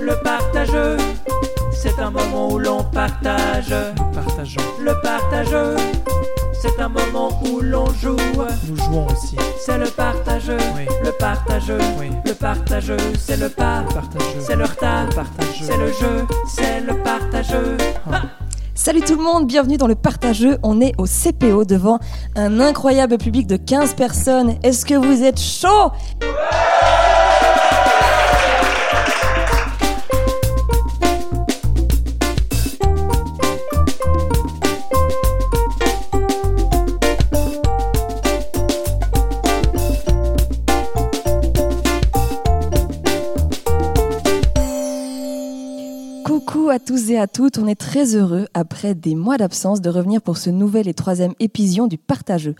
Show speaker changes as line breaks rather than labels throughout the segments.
le partage. C'est un moment où l'on partage.
Partageons.
Le partage. C'est un moment où l'on joue.
Nous jouons aussi.
C'est le partage.
Oui.
Le partage.
Oui.
Le partage. C'est le pas.
Partageux.
C'est le retard.
Partageux.
C'est le jeu. C'est le partageux.
Ah.
Salut tout le monde, bienvenue dans le partageux. On est au CPO devant un incroyable public de 15 personnes. Est-ce que vous êtes chaud Coucou à tous et à toutes, on est très heureux, après des mois d'absence, de revenir pour ce nouvel et troisième épisode du Partageux.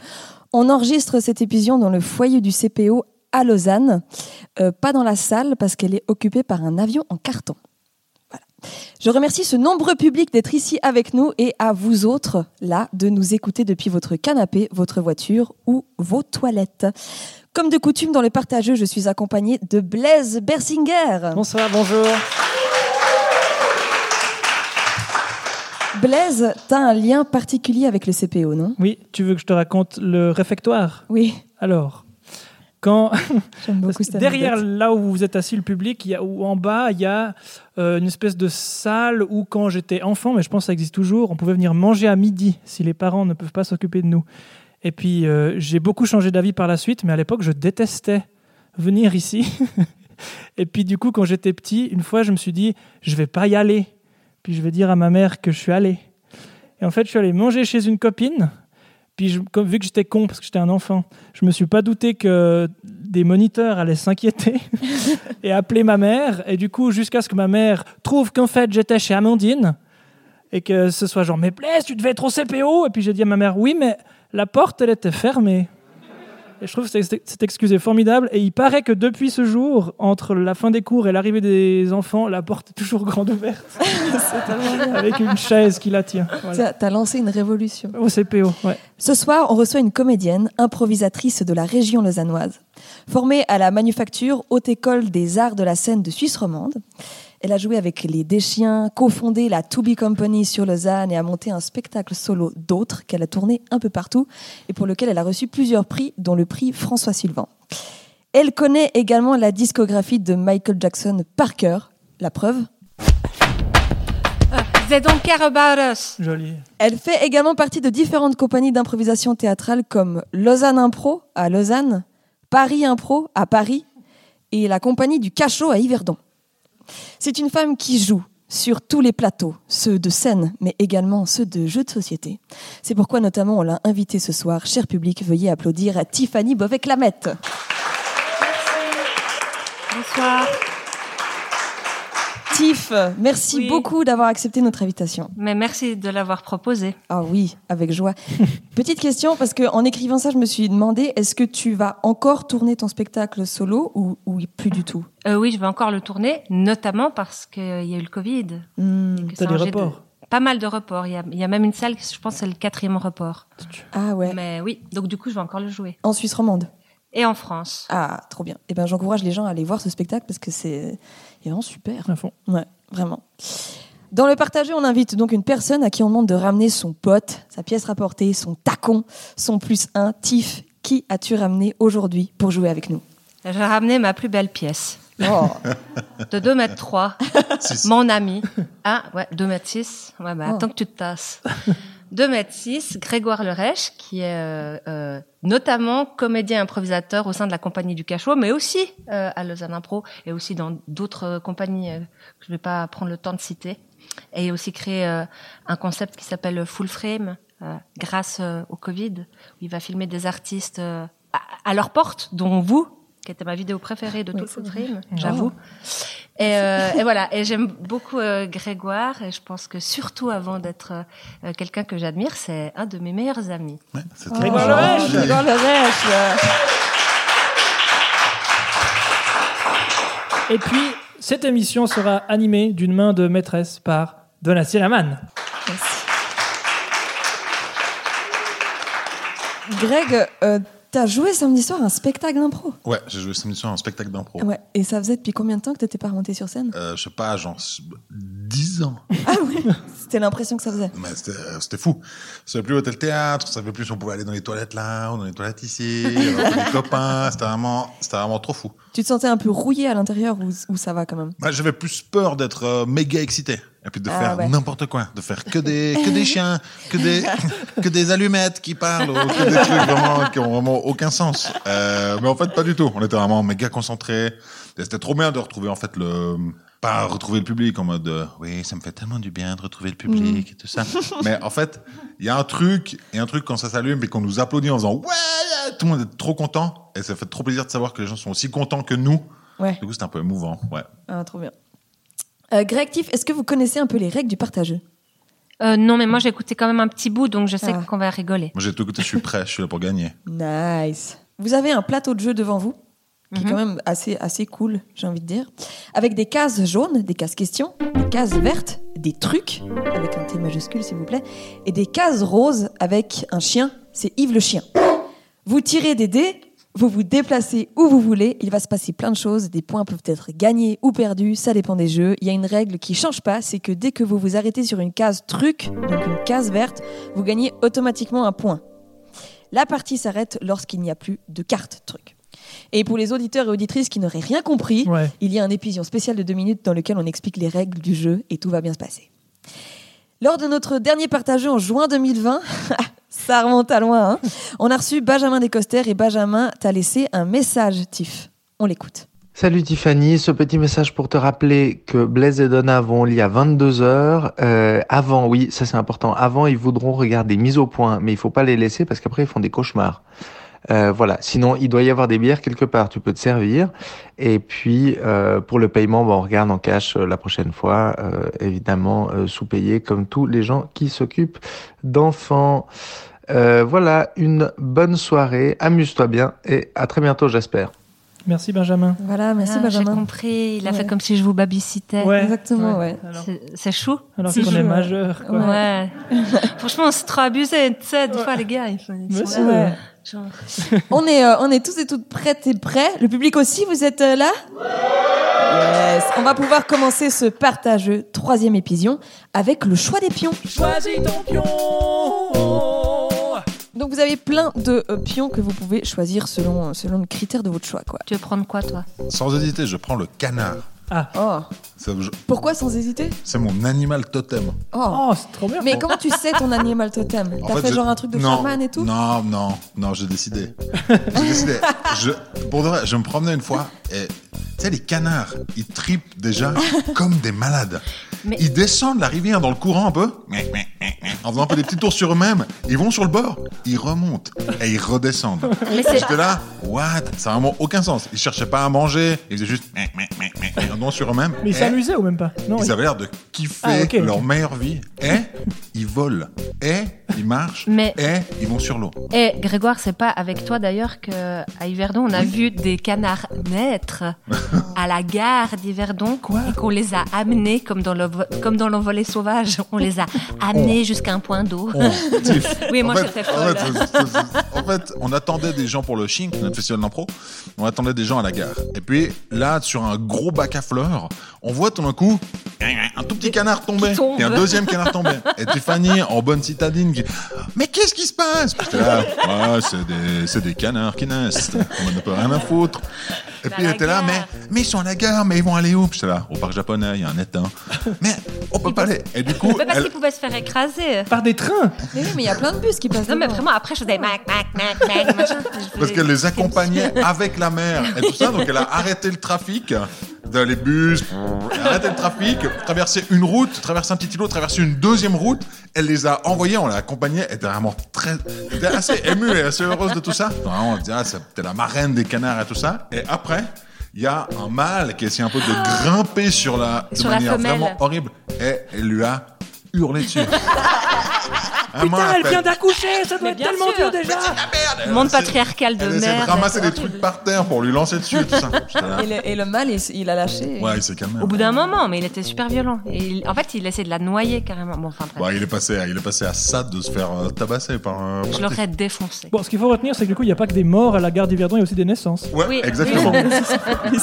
On enregistre cette épisode dans le foyer du CPO à Lausanne, euh, pas dans la salle parce qu'elle est occupée par un avion en carton. Voilà. Je remercie ce nombreux public d'être ici avec nous et à vous autres, là, de nous écouter depuis votre canapé, votre voiture ou vos toilettes. Comme de coutume dans le partageux, je suis accompagnée de Blaise Bersinger.
Bonsoir, bonjour.
Blaise, t'as un lien particulier avec le CPO, non
Oui, tu veux que je te raconte le réfectoire
Oui,
Alors, quand
j'aime beaucoup cette
derrière
anecdote.
là où vous êtes assis, le public, il y a, ou en bas, il y a euh, une espèce de salle où quand j'étais enfant, mais je pense que ça existe toujours, on pouvait venir manger à midi si les parents ne peuvent pas s'occuper de nous. Et puis euh, j'ai beaucoup changé d'avis par la suite, mais à l'époque je détestais venir ici. Et puis du coup, quand j'étais petit, une fois, je me suis dit, je vais pas y aller. Puis je vais dire à ma mère que je suis allé. Et en fait, je suis allé manger chez une copine. Puis je- comme, vu que j'étais con parce que j'étais un enfant, je me suis pas douté que des moniteurs allaient s'inquiéter et appeler ma mère. Et du coup, jusqu'à ce que ma mère trouve qu'en fait j'étais chez Amandine et que ce soit genre, mais Blaise, tu devais être au CPO. Et puis j'ai dit à ma mère, oui, mais la porte, elle était fermée. Et je trouve que c'est- cette excuse est formidable. Et il paraît que depuis ce jour, entre la fin des cours et l'arrivée des enfants, la porte est toujours grande ouverte avec une chaise qui la tient. Voilà.
T'as- T'as lancé une révolution.
Au CPO, ouais.
Ce soir, on reçoit une comédienne, improvisatrice de la région lausannoise. Formée à la manufacture Haute École des Arts de la Scène de Suisse romande, elle a joué avec les Deschiens, cofondé la To Be Company sur Lausanne et a monté un spectacle solo d'autres qu'elle a tourné un peu partout et pour lequel elle a reçu plusieurs prix, dont le prix François Sylvain. Elle connaît également la discographie de Michael Jackson par cœur. La preuve,
They don't care about us.
Joli.
Elle fait également partie de différentes compagnies d'improvisation théâtrale comme Lausanne Impro à Lausanne, Paris Impro à Paris et la compagnie du Cachot à Yverdon. C'est une femme qui joue sur tous les plateaux, ceux de scène, mais également ceux de jeux de société. C'est pourquoi notamment on l'a invitée ce soir. Cher public, veuillez applaudir à Tiffany Beauvais-Clamette.
Bonsoir.
Tiff, merci
Oui.
beaucoup d'avoir accepté notre invitation.
Mais merci de l'avoir proposé.
Ah oui, avec joie. Petite question, parce que en écrivant ça, je me suis demandé, est-ce que tu vas encore tourner ton spectacle solo ou, ou plus du tout
Euh, oui, je vais encore le tourner, notamment parce qu'il y a eu le Covid.
Hmm,
que
T'as
ça
des
a un jet de-
reports.
Pas mal de reports. Il y a, il y a même une salle, qui, je pense, c'est le quatrième report.
Ah ouais,
Mais oui, donc du coup, je vais encore le jouer.
en Suisse romande.
Et en France.
Ah, trop bien. Eh ben, j'encourage les gens à aller voir ce spectacle parce que c'est il est vraiment super.
À fond.
Ouais, vraiment. Dans le partagé, on invite donc une personne à qui on demande de ramener son pote, sa pièce rapportée, son tacon, son plus un, Tiff. Qui as-tu ramené aujourd'hui pour jouer avec nous
J'ai ramené ma plus belle pièce,
Oh,
de 2 mètres 3,
Six.
mon ami. Ah, ouais, 2 mètres 6. Ouais, bah,
Oh.
attends que tu te tasses. 2 mètres 6, Grégoire Lerèche, qui est euh, euh, notamment comédien improvisateur au sein de la compagnie du Cachot, mais aussi euh, à Lausanne Impro et aussi dans d'autres euh, compagnies euh, que je ne vais pas prendre le temps de citer. Et il a aussi créé euh, un concept qui s'appelle Full Frame, euh, grâce euh, au Covid, où il va filmer des artistes euh, à, à leur porte, dont vous, qui était ma vidéo préférée de
Oui,
tout le
c'est
Full Frame, j'avoue. Et, euh, et voilà, et j'aime beaucoup euh, Grégoire, et je pense que surtout avant d'être euh, euh, quelqu'un que j'admire, c'est un de mes meilleurs amis.
Ouais, c'est
Oh,
très
Grégoire
bien.
Lerèche.
Grégoire Lerèche.
Et puis, cette émission sera animée d'une main de maîtresse par Donatien Laman.
Merci. Greg, euh, T'as joué samedi soir un spectacle d'impro
Ouais, j'ai joué samedi soir à un spectacle d'impro.
Ouais. Et ça faisait depuis combien de temps que t'étais pas remonté sur scène
Euh, je sais pas, genre s- 10 ans.
Ah oui C'était l'impression que ça faisait.
Mais c'était euh, c'était fou. On savait plus où était le théâtre, on savait plus si on pouvait aller dans les toilettes là ou dans les toilettes ici, avec les copains. C'était vraiment, c'était vraiment trop fou.
Tu te sentais un peu rouillé à l'intérieur ou, ou ça va quand même
Moi, j'avais plus peur d'être euh, méga excité et puis de
Ah,
faire
ouais.
n'importe quoi, de faire que des que des chiens, que des que des allumettes qui parlent, ou que des trucs vraiment qui ont vraiment aucun sens. Euh, mais en fait, pas du tout. On était vraiment méga concentrés. Et C'était trop bien de retrouver en fait le pas retrouver le public en mode euh, oui ça me fait tellement du bien de retrouver le
Mm.
public et tout ça mais en fait il y a un truc et un truc quand ça s'allume et qu'on nous applaudit en faisant ouais tout le monde est trop content et ça fait trop plaisir de savoir que les gens sont aussi contents que nous
Ouais.
du coup c'est un peu émouvant ouais
Ah, trop bien. Euh, Greg Tiff, est-ce que vous connaissez un peu les règles du partageux
Euh, non, mais moi j'ai écouté quand même un petit bout, donc je sais
Ah.
qu'on va rigoler.
Moi, j'ai tout écouté, je suis prêt, je suis là pour gagner.
Nice. Mhm. Vous avez un plateau de jeu devant vous, qui est quand même assez, assez cool, j'ai envie de dire, avec des cases jaunes, des cases questions, des cases vertes, des trucs, avec un T majuscule s'il vous plaît, et des cases roses avec un chien, c'est Yves le chien. Vous tirez des dés, vous vous déplacez où vous voulez, il va se passer plein de choses, des points peuvent être gagnés ou perdus, ça dépend des jeux. Il y a une règle qui change pas, c'est que dès que vous vous arrêtez sur une case truc, donc une case verte, vous gagnez automatiquement un point. La partie s'arrête lorsqu'il n'y a plus de carte truc. Et pour les auditeurs et auditrices qui n'auraient rien compris,
Ouais.
il y a un épisode spécial de deux minutes dans lequel on explique les règles du jeu et tout va bien se passer. Lors de notre dernier partageux en juin 2020, ça remonte à loin, hein, on a reçu Benjamin Descoster et Benjamin t'a laissé un message, Tiff. On l'écoute.
Salut Tiffany, ce petit message pour te rappeler que Blaise et Donna vont au lit à 22h. Euh, avant, oui, ça c'est important, avant ils voudront regarder mise au point, mais il faut pas les laisser parce qu'après ils font des cauchemars. Euh, voilà, sinon il doit y avoir des bières quelque part, tu peux te servir. Et puis euh, pour le paiement, bah, on regarde en cash euh, la prochaine fois, euh, évidemment euh, sous-payé comme tous les gens qui s'occupent d'enfants. Euh, voilà, une bonne soirée, amuse-toi bien et à très bientôt j'espère.
Merci Benjamin.
Voilà, merci
Ah, J'ai
Benjamin.
compris, il a
Ouais.
fait comme si je vous babysitais.
Ouais.
Exactement, ouais.
Alors,
C'est- C'est chou.
alors
C'est
qu'on est
chou,
majeur. quoi.
Ouais.
Ouais. Franchement, c'est trop abusé, tu sais, des fois les gars, ils, font- ils
Mais
sont
c'est
là,
vrai.
genre,
On est, euh, on est tous et toutes prêtes et prêts. Le public aussi, vous êtes euh, là Yes. On va pouvoir commencer ce partageux troisième épision avec le choix des pions.
Choisis ton pion.
Donc vous avez plein de euh, pions que vous pouvez choisir selon, euh, selon le critère de votre choix. Quoi.
tu veux prendre quoi toi
Sans hésiter, je prends le canard.
Oh.
Ça, je-
Pourquoi sans hésiter
C'est mon animal totem.
oh.
Oh, c'est trop bien.
Mais comment tu sais ton animal totem T'as
En
fait,
je-
genre un truc de
non,
chaman et tout
Non, non, non, j'ai décidé. j'ai décidé. Je, pour de vrai, je me promenais une fois et tu sais, les canards, ils tripent déjà comme des malades.
Mais-
Ils descendent la rivière dans le courant un peu, en faisant un peu des petits tours sur eux-mêmes. Ils vont sur le bord, ils remontent et ils redescendent.
Mais c'est
J'étais là, what Ça n'a vraiment aucun sens. Ils cherchaient pas à manger, ils faisaient juste meh, meh, meh, meh, meh, en donnant sur eux-mêmes.
Mais ils
Et
s'amusaient ou même pas Non.
ils
ils-
avaient l'air de kiffer
Ah, ok.
leur meilleure vie. Et ils volent. Et ils marchent.
Mais-
Et ils vont sur l'eau.
Et eh, Grégoire, c'est pas avec toi d'ailleurs que à Yverdon on a vu des canards naître à la gare d'Yverdon et qu'on les a amenés comme dans le vo- comme dans l'envolée sauvage, on les a
Oh.
amenés jusqu'à un point d'eau.
On kiffe.
Oh. Oui, moi
en fait,
j'étais
en
folle.
fait, c'est- c'est- c'est- en fait, on attendait des gens pour le Chink, notre festival d'impro. On attendait des gens à la gare. Et puis là, sur un gros bac à fleurs, on voit tout d'un coup un tout petit canard tomber.
Qui tombe.
Et un deuxième canard tomber. Et Tiffany, en bonne citadine, qui Mais qu'est-ce qui se passe Puis j'étais là, Ouais, c'est des, c'est des canards qui naissent. On n'a pas rien à foutre. Et
Bah,
puis elle
la
était là,
gare.
mais, mais ils sont à la gare, mais ils vont aller où Puis j'étais là, au parc japonais, il y a un étang. Mais on peut pas aller. Et du coup,
Mais parce
elle-
qu'ils pouvaient se faire écraser.
Par des trains.
Mais oui, mais il y a plein de bus qui passent.
Non mais
devant.
vraiment après je faisais mac mac mac mac machin. Je
Parce
voulais-
qu'elle les accompagnait avec la mer et tout ça, donc elle a arrêté le trafic, dans les bus, elle a arrêté le trafic, traversé une route, traversé un petit îlot, traversé une deuxième route, elle les a envoyés, on l'a accompagnée, elle était vraiment très, elle était assez émue et assez heureuse de tout ça. Vraiment, on se dit, ah, c'est- t'es la marraine des canards et tout ça. Et après, il y a un mâle qui essaie un peu de grimper sur la, de
Sur la
manière
femelle.
vraiment horrible, et elle lui a hurlé dessus. Un mois
Putain,
à
elle
peine.
vient d'accoucher, ça doit
Mais
être
bien
tellement
sûr.
dur déjà.
Merde,
Monde
c'est-
patriarcal de
Elle essaie de
merde.
ramasser des
c'est
trucs
horrible.
par terre pour lui lancer dessus. Tout ça. J'étais là.
Et le, et le mâle, il, s- il a lâché.
Ouais, il s'est calmé.
Au bout d'un moment, mais il était super violent. Et il- en fait, il essayait de la noyer carrément. Bon, enfin, bref.
Bah, il est passé, à- il est passé à ça de se faire euh, tabasser par un.
je l'aurais défoncé.
Bon, ce qu'il faut retenir, c'est que du coup, il n'y a pas que des morts à la gare des Verdons, il y a aussi des naissances.
Ouais,
Oui.
exactement.
Oui.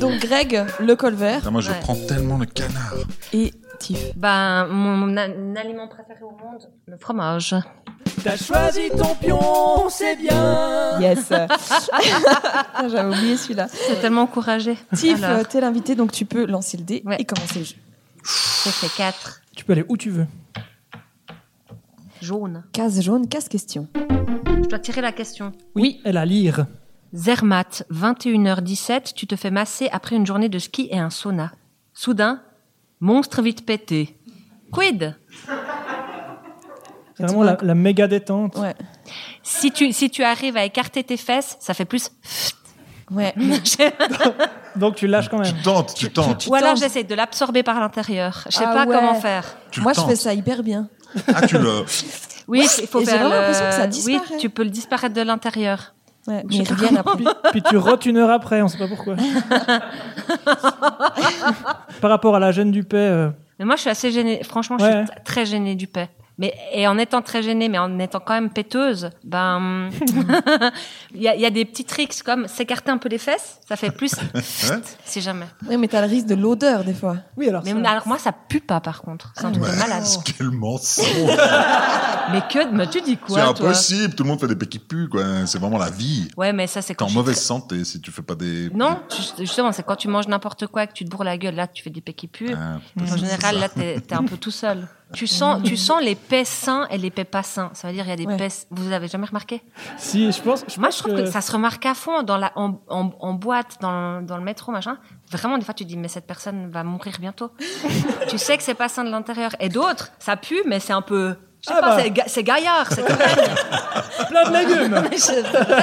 Donc Greg, le colvert
Putain, Ah, moi, je
Ouais.
prends tellement le canard.
et Tiff.
Ben, mon, mon a- mon aliment préféré au monde, le fromage.
T'as choisi ton pion, c'est bien.
Yes. J'avais oublié celui-là.
C'est tellement encouragé.
Tiff,
Alors,
euh, t'es l'invité, donc tu peux lancer le dé
Ouais.
et commencer le jeu.
ça fait 4
Tu peux aller où tu veux.
jaunes.
Case jaune, case question.
Je dois tirer la question.
Oui. Elle a lire.
Zermatt, 21h17, tu te fais masser après une journée de ski et un sauna. Soudain, monstre vite pété. Quid
C'est vraiment la, la méga détente.
Ouais.
si tu, si tu arrives à écarter tes fesses, ça fait plus...
Ouais.
Donc tu lâches quand
Tu
même.
tentes, tu tentes.
Ou alors
tentes.
j'essaie de l'absorber par l'intérieur. Je sais
Ah
pas
ouais.
comment faire.
Tu
Moi, je
tentes.
fais ça hyper bien.
Ah, tu le.
Oui, il faut
Et j'ai
faire
vraiment
le-
l'impression que ça disparaît.
Oui, tu peux le disparaître de l'intérieur.
Ouais.
Je
Mais
sais
rien après.
Puis, puis tu rotes une heure après, on sait pas pourquoi. Par rapport à la gêne du paix, euh,
Mais moi, je suis assez gênée. Franchement, je
Ouais.
suis t- très gênée du paix. Mais et en étant très gênée, mais en étant quand même péteuse, ben il y, a- il y a des petits tricks comme s'écarter un peu les fesses, ça fait plus si jamais.
Oui, mais t'as le risque de l'odeur des fois.
oui alors.
Mais
ça-
alors moi, ça pue pas par contre, c'est un truc
Ah,
de malade.
Bah, Quel mensonge
Mais que mais tu dis
C'est
quoi toi
impossible, tout le monde fait des péquets qui puent, quoi. C'est vraiment la vie.
Ouais, mais ça c'est
T'es
quand
en
tu-
mauvaise santé si tu fais pas des.
Non, tu- justement, c'est quand tu manges n'importe quoi et que tu te bourres la gueule, là tu fais des péquets pus.
Ah,
En
c'est
général,
ça.
là, t'es t'es un peu tout seul. Tu sens, tu sens les paix sains et les paix pas sains. Ça veut dire, il y a des
Ouais.
paix. Vous avez jamais remarqué
Si, je pense. Je
Moi,
pense
Ah, je trouve que... ça se remarque à fond dans la, en, en- en boîte, dans, dans le métro, machin. Vraiment, des fois, tu dis, mais cette personne va mourir bientôt. tu sais que c'est pas sain de l'intérieur. Et d'autres, ça pue, mais c'est un peu. Je sais
Ah
pas,
bah.
c'est ga- c'est gaillard. C'est quand
plein de
Ah,
légumes.
même-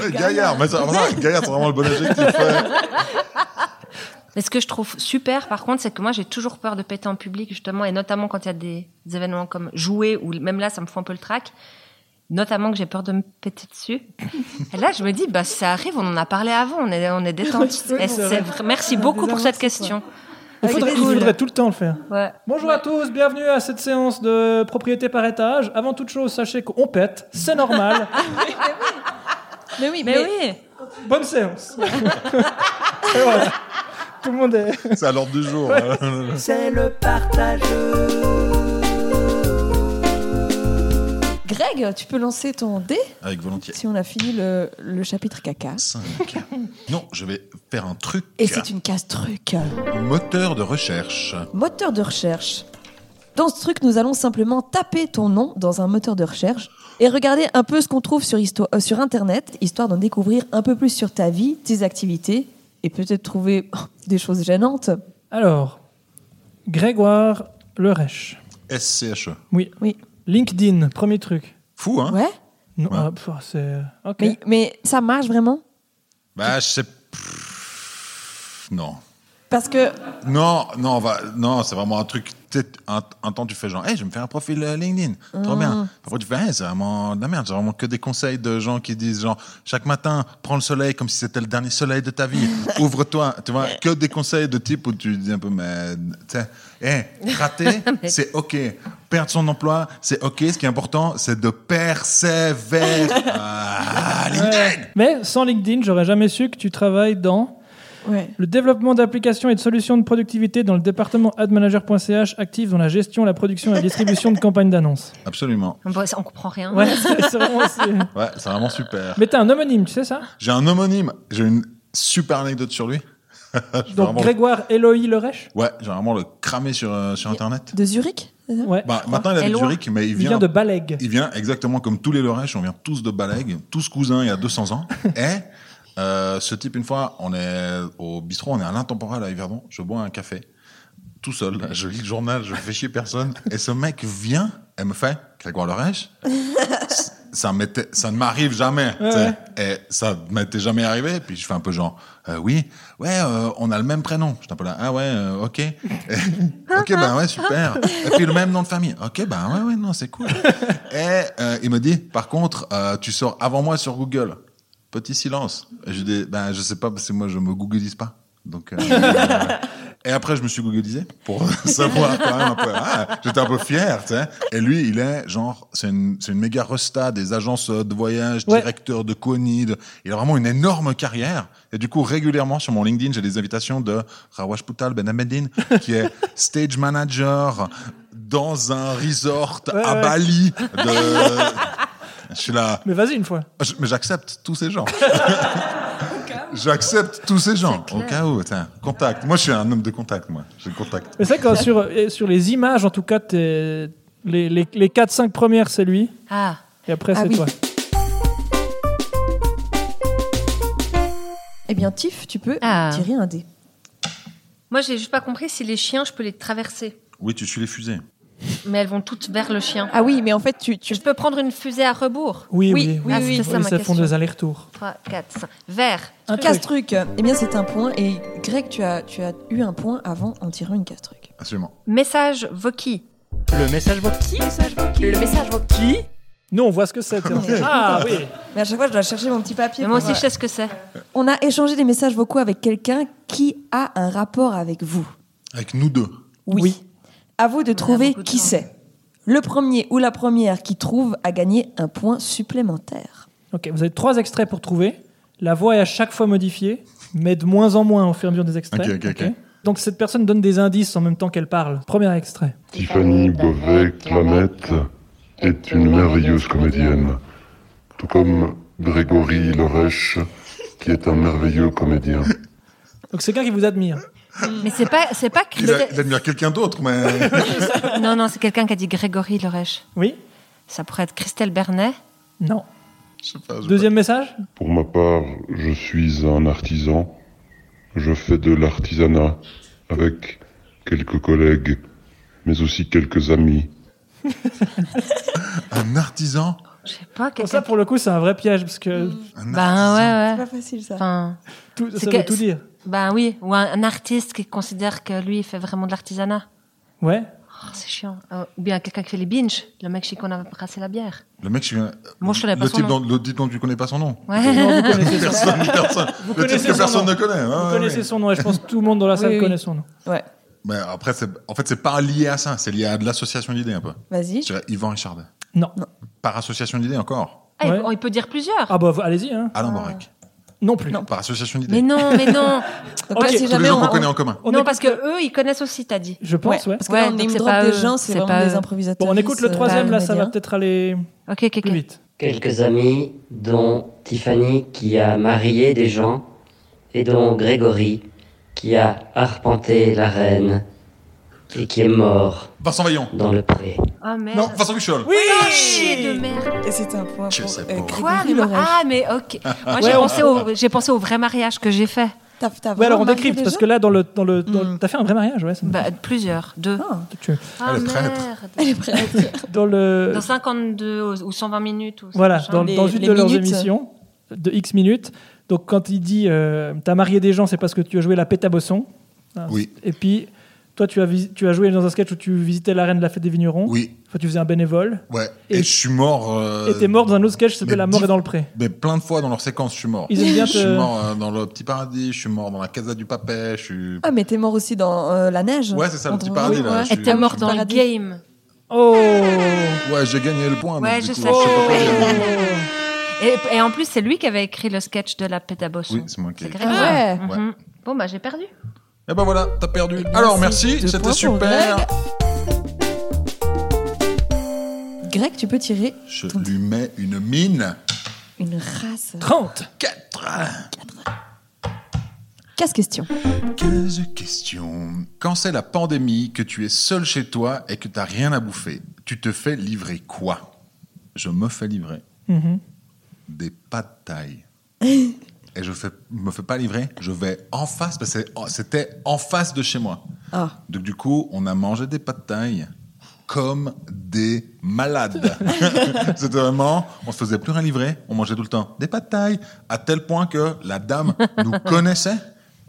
Ouais, Gaillard, mais ça, voilà, Gaillard, c'est vraiment le bon adjectif. ouais.
Mais ce que je trouve super, par contre, c'est que moi, j'ai toujours peur de péter en public, justement, et notamment quand il y a des, des événements comme jouer, ou même là, ça me fout un peu le trac. Notamment que j'ai peur de me péter dessus. Et là, je me dis, bah, ça arrive, on en a parlé avant, on est, on est détente.
Ouais,
Et
c'est
c'est
vrai.
vrai. Merci
On a
beaucoup pour
déjà
cette question.
Il faudrait, il
cool.
faudrait tout le temps le faire.
Ouais.
Bonjour à tous, bienvenue à cette séance de propriété par étage. Avant toute chose, sachez qu'on pète, c'est normal.
Mais oui,
Mais,
mais,
oui,
Bonne séance. Et voilà. Tout le monde est.
C'est à l'ordre du jour. hein.
C'est le partageux.
Greg, tu peux lancer ton dé
Avec volontiers.
si on a fini le, le chapitre caca.
5. Non, je vais faire un truc.
Et c'est une case truc.
Moteur de recherche.
Moteur de recherche. Dans ce truc, nous allons simplement taper ton nom dans un moteur de recherche et regarder un peu ce qu'on trouve sur, histo- euh, sur Internet, histoire d'en découvrir un peu plus sur ta vie, tes activités et peut-être trouver des choses gênantes.
Alors, Grégoire Lerèche.
SCHE.
Oui.
Oui.
LinkedIn, premier truc.
E. Fou, hein
Ouais,
Non,
Ouais.
ah, pff, c'est. Ok.
mais, mais ça marche vraiment
Bah, je sais. Pff, Non.
Parce que
Non, non, on va, non, c'est vraiment un truc. tu sais, Un, un temps, tu fais genre, hey, je vais me faire un profil euh, LinkedIn. Trop bien. Parfois, tu fais, hey, c'est vraiment de la merde. C'est vraiment que des conseils de gens qui disent, genre, chaque matin, prends le soleil comme si c'était le dernier soleil de ta vie. Ouvre-toi. Tu vois, que des conseils de type où tu dis un peu, mais, tu sais, hey, rater, c'est OK. Perdre son emploi, c'est OK. Ce qui est important, c'est de persévérer. Ah, LinkedIn!
Mais sans LinkedIn, j'aurais jamais su que tu travailles dans
ouais.
le développement d'applications et de solutions de productivité dans le département admanager.ch, actif dans la gestion, la production et la distribution de campagnes d'annonces.
Absolument.
on, voit- on comprend rien.
Ouais, c'est c'est vraiment. c'est-
Ouais, c'est vraiment super.
Mais t'as un homonyme, tu sais ça
J'ai un homonyme. J'ai une super anecdote sur lui. Je vais
Donc
vraiment-
Grégoire Eloï Lerèche
Ouais, j'ai vraiment le cramé sur, euh, sur Internet.
de Zurich c'est ça
Ouais.
Bah, maintenant, il habite
Et loin.
Zurich, mais il
Il
vient,
vient de Balègue.
il vient exactement comme tous les Lorèches, on vient tous de Balègue, tous cousins il y a 200 ans. Et euh, ce type, une fois, on est au bistrot, on est à l'intemporel à Yverdon, je bois un café, tout seul, là, je lis le journal, je fais chier personne. Et ce mec vient et me fait Grégoire Lorèche, ça, m'était- ça ne m'arrive jamais.
Ouais,
tu sais. Et ça ne m'était jamais arrivé. Puis je fais un peu genre, euh, oui, ouais, euh, on a le même prénom. Je suis un peu là, ah ouais, euh, ok. Et- ok, ben ouais, super. Et puis le même nom de famille. Ok, ben ouais, ouais, non, c'est cool. Et euh, il me dit, par contre, euh, tu sors avant moi sur Google. Petit silence. Et je dis, ben je sais pas, parce que moi je me googlise pas. Donc. euh, Et après, je me suis googlisé pour savoir quand même un peu. Ah, J'étais un peu fier, tu sais. Et lui, il est genre, c'est une, c'est une méga resta des agences de voyage,
Ouais.
directeur de Conid. Il a vraiment une énorme carrière. Et du coup, régulièrement sur mon LinkedIn, j'ai des invitations de Rawash Poutal Ben Hamedine, qui est stage manager dans un resort
Ouais,
à
ouais.
Bali. De... Je suis là.
Mais vas-y une fois.
Je- mais j'accepte tous ces gens. J'accepte tous ces gens.
C'est
Au
clair.
cas où, tiens, contact. Moi, je suis un homme de contact, moi. J'ai le contact.
Mais c'est vrai que sur, euh, sur les images, en tout cas, t'es- les, les, les 4-5 premières, c'est lui.
Ah,
Et après,
Ah
c'est
oui.
toi.
Eh bien, Tiff, tu peux
Ah.
tirer un dé.
moi j'ai juste pas compris si les chiens je peux les traverser,
Oui, tu suis les fusées.
mais elles vont toutes vers le chien.
Ah oui, mais en fait, tu. tu...
Je peux prendre une fusée à rebours.
Oui, oui,
Oui,
oui.
oui,
ah,
oui.
c'était ça ma
font
question.
des allers-retours.
3, 4, 5. Vert.
Un
Casse truc. Eh bien, c'est un point. Et Greg, tu as, tu as eu un point avant en tirant une casse truc.
Absolument.
Message Voki.
Le message vocal.
Le message Voki.
Nous, on voit ce que c'est. tiens. ah oui.
Mais à chaque fois, je dois chercher mon petit papier.
Mais moi
pour,
aussi je
euh,
sais ce que c'est.
On a échangé des messages vocaux avec quelqu'un qui a un rapport avec vous.
Avec nous deux.
Oui.
Oui.
À vous de
a
trouver
beaucoup de
qui
temps.
c'est. Le premier ou la première qui trouve a gagné un point supplémentaire.
Ok, vous avez trois extraits pour trouver. La voix est à chaque fois modifiée, mais de moins en moins au fur et à mesure des extraits.
Ok, ok, ok.
Ok. Donc cette personne donne des indices en même temps qu'elle parle. Premier extrait.
Tiffany Beauvais-Clamette est une merveilleuse comédienne, tout comme Grégory Lorèche, qui est un merveilleux comédien.
Donc c'est quelqu'un qui vous admire.
Mais c'est pas c'est pas
Il, a-
Christelle-
il admire quelqu'un d'autre, mais.
Non non, c'est quelqu'un qui a dit Grégory Lorèche.
Oui
Ça pourrait être Christelle Bernet.
Non.
Je sais pas, je-
Deuxième message
Pour ma part, je suis un artisan. Je fais de l'artisanat avec quelques collègues, mais aussi quelques amis.
Un artisan
Je sais pas
Pour
quelqu'un.
ça, pour le coup, c'est un vrai piège, parce que
Un
Ben ouais ouais.
facile ça.
Enfin,
tout,
C'est
ça veut
que-
tout dire.
ben oui, ou un, un artiste qui considère que lui il fait vraiment de l'artisanat.
Ouais
Oh, c'est chiant. Euh, ou bien quelqu'un qui fait les binges, le mec chez qui on a brassé la bière.
Le mec, je suis un-
Moi, je connais pas
le
son
type
nom.
dont- le type dont tu connais pas son nom.
Ouais.
Vous connaissez son nom.
Personne, personne.
Vous
le type
connaissez
que
son
personne
nom.
ne connaît.
Vous
ouais, ouais,
connaissez
ouais.
son nom, et je pense que tout le monde dans la salle
Oui, oui.
connaît son nom.
Ouais.
Mais après, c'est- en fait, c'est pas lié à ça. C'est lié à de l'association d'idées, un peu.
Vas-y.
Je dirais Yvan Richardet.
Non.
Par association d'idées encore.
Ah, il-
Ouais.
oh, il peut dire plusieurs.
Ah bah, allez-y, hein.
Alain Borek.
Non plus.
Non.
Par association
Mais
d'idées.
non, mais non.
Donc
Ok.
là, si
Tous les
jamais
gens
on.
qu'on connaît en commun.
On
non,
écoute-
parce que eux, ils connaissent aussi, t'as dit.
Je pense, ouais.
ouais, Parce que là,
Ouais,
on
donc
name
c'est
drop
pas
des
eux,
gens, c'est
c'est
vraiment
pas
des
eux.
improvisateurs.
Bon, on écoute le
euh,
troisième, là, ça va
comédiens.
peut-être aller
Ok, ok,
plus
ok.
vite.
Quelques amis, dont Tiffany qui a marié des gens, et dont Grégory qui a arpenté la reine et qui est mort
Vincent Vaillant.
dans le pré.
Oh merde.
Non, Vincent Michel.
Oui
Oh, chier de merde.
Et c'est un point
Je
pour
sais
euh,
pas.
Grégory
Quoi mais moi-
Lorraine.
Ah, mais ok. Moi, j'ai
Ouais, on-
pensé, au- j'ai pensé au vrai mariage que j'ai fait.
T'as- t'as
Ouais, alors
vraiment
on
marqué
décrypte,
des
parce
gens
que là, dans le... Dans le dans-
Hmm.
T'as fait un vrai mariage, ouais. ça me-
Bah, plusieurs, deux.
Ah.
tu-
Ah,
Elle est traître.
merde.
Dans le...
Dans 52 ou- ou 120 minutes. Ou
Voilà,
machin.
dans,
Les-
dans une
les
de leurs
minutes.
émissions, de X minutes. Donc quand il dit euh, T'as marié des gens, c'est parce que tu as joué la pétabosson. Hein,
Oui.
Et puis, toi, tu as, visi- tu as joué dans un sketch où tu visitais l'arène de la fête des vignerons.
Oui.
Enfin, tu faisais un bénévole.
Ouais.
Et-
Et, je suis mort. euh,
et t'es mort dans un autre sketch qui s'appelait
mais
La mort
dix-
est dans le pré.
Mais plein de fois dans leur séquence, je suis mort.
Ils aiment bien
Je suis
te-
mort euh, dans le petit paradis, je suis mort dans la casa du papet, je suis.
Ah, mais t'es mort aussi dans euh, la neige.
Ouais, c'est ça, le
Entre-
petit paradis,
oui,
là,
ouais.
je
Et
suis-
t'es mort dans le
Paradis.
game.
Oh
Ouais, j'ai gagné le point.
Ouais,
donc,
je
du
sais.
coup, je peux pas faire.
Et, et en plus, c'est lui qui avait écrit le sketch de la pétabosson.
Oui, c'est moi qui.
C'est
ai-
Grégory.
Ah ouais.
Mhm. Bon, bah, j'ai perdu.
Et ben voilà, t'as perdu.
bien,
Alors
c'est
merci,
deux
c'était
points pour
super.
Eh, Greg, tu peux tirer
Je lui mets une mine.
une race.
30
4
Casse question.
15 questions. Quand c'est la pandémie, que tu es seul chez toi et que t'as rien à bouffer, tu te fais livrer quoi Je me fais livrer
Mhm.
des pâtes taille. Et je fais, me fais pas livrer, je vais en face, parce oh, que c'est- c'était en face de chez moi.
Ah.
Donc du coup, on a mangé des pâtes taille. comme des malades. C'était vraiment, on se faisait plus rien livrer, on mangeait tout le temps des pâtes taille, à tel point que la dame nous connaissait,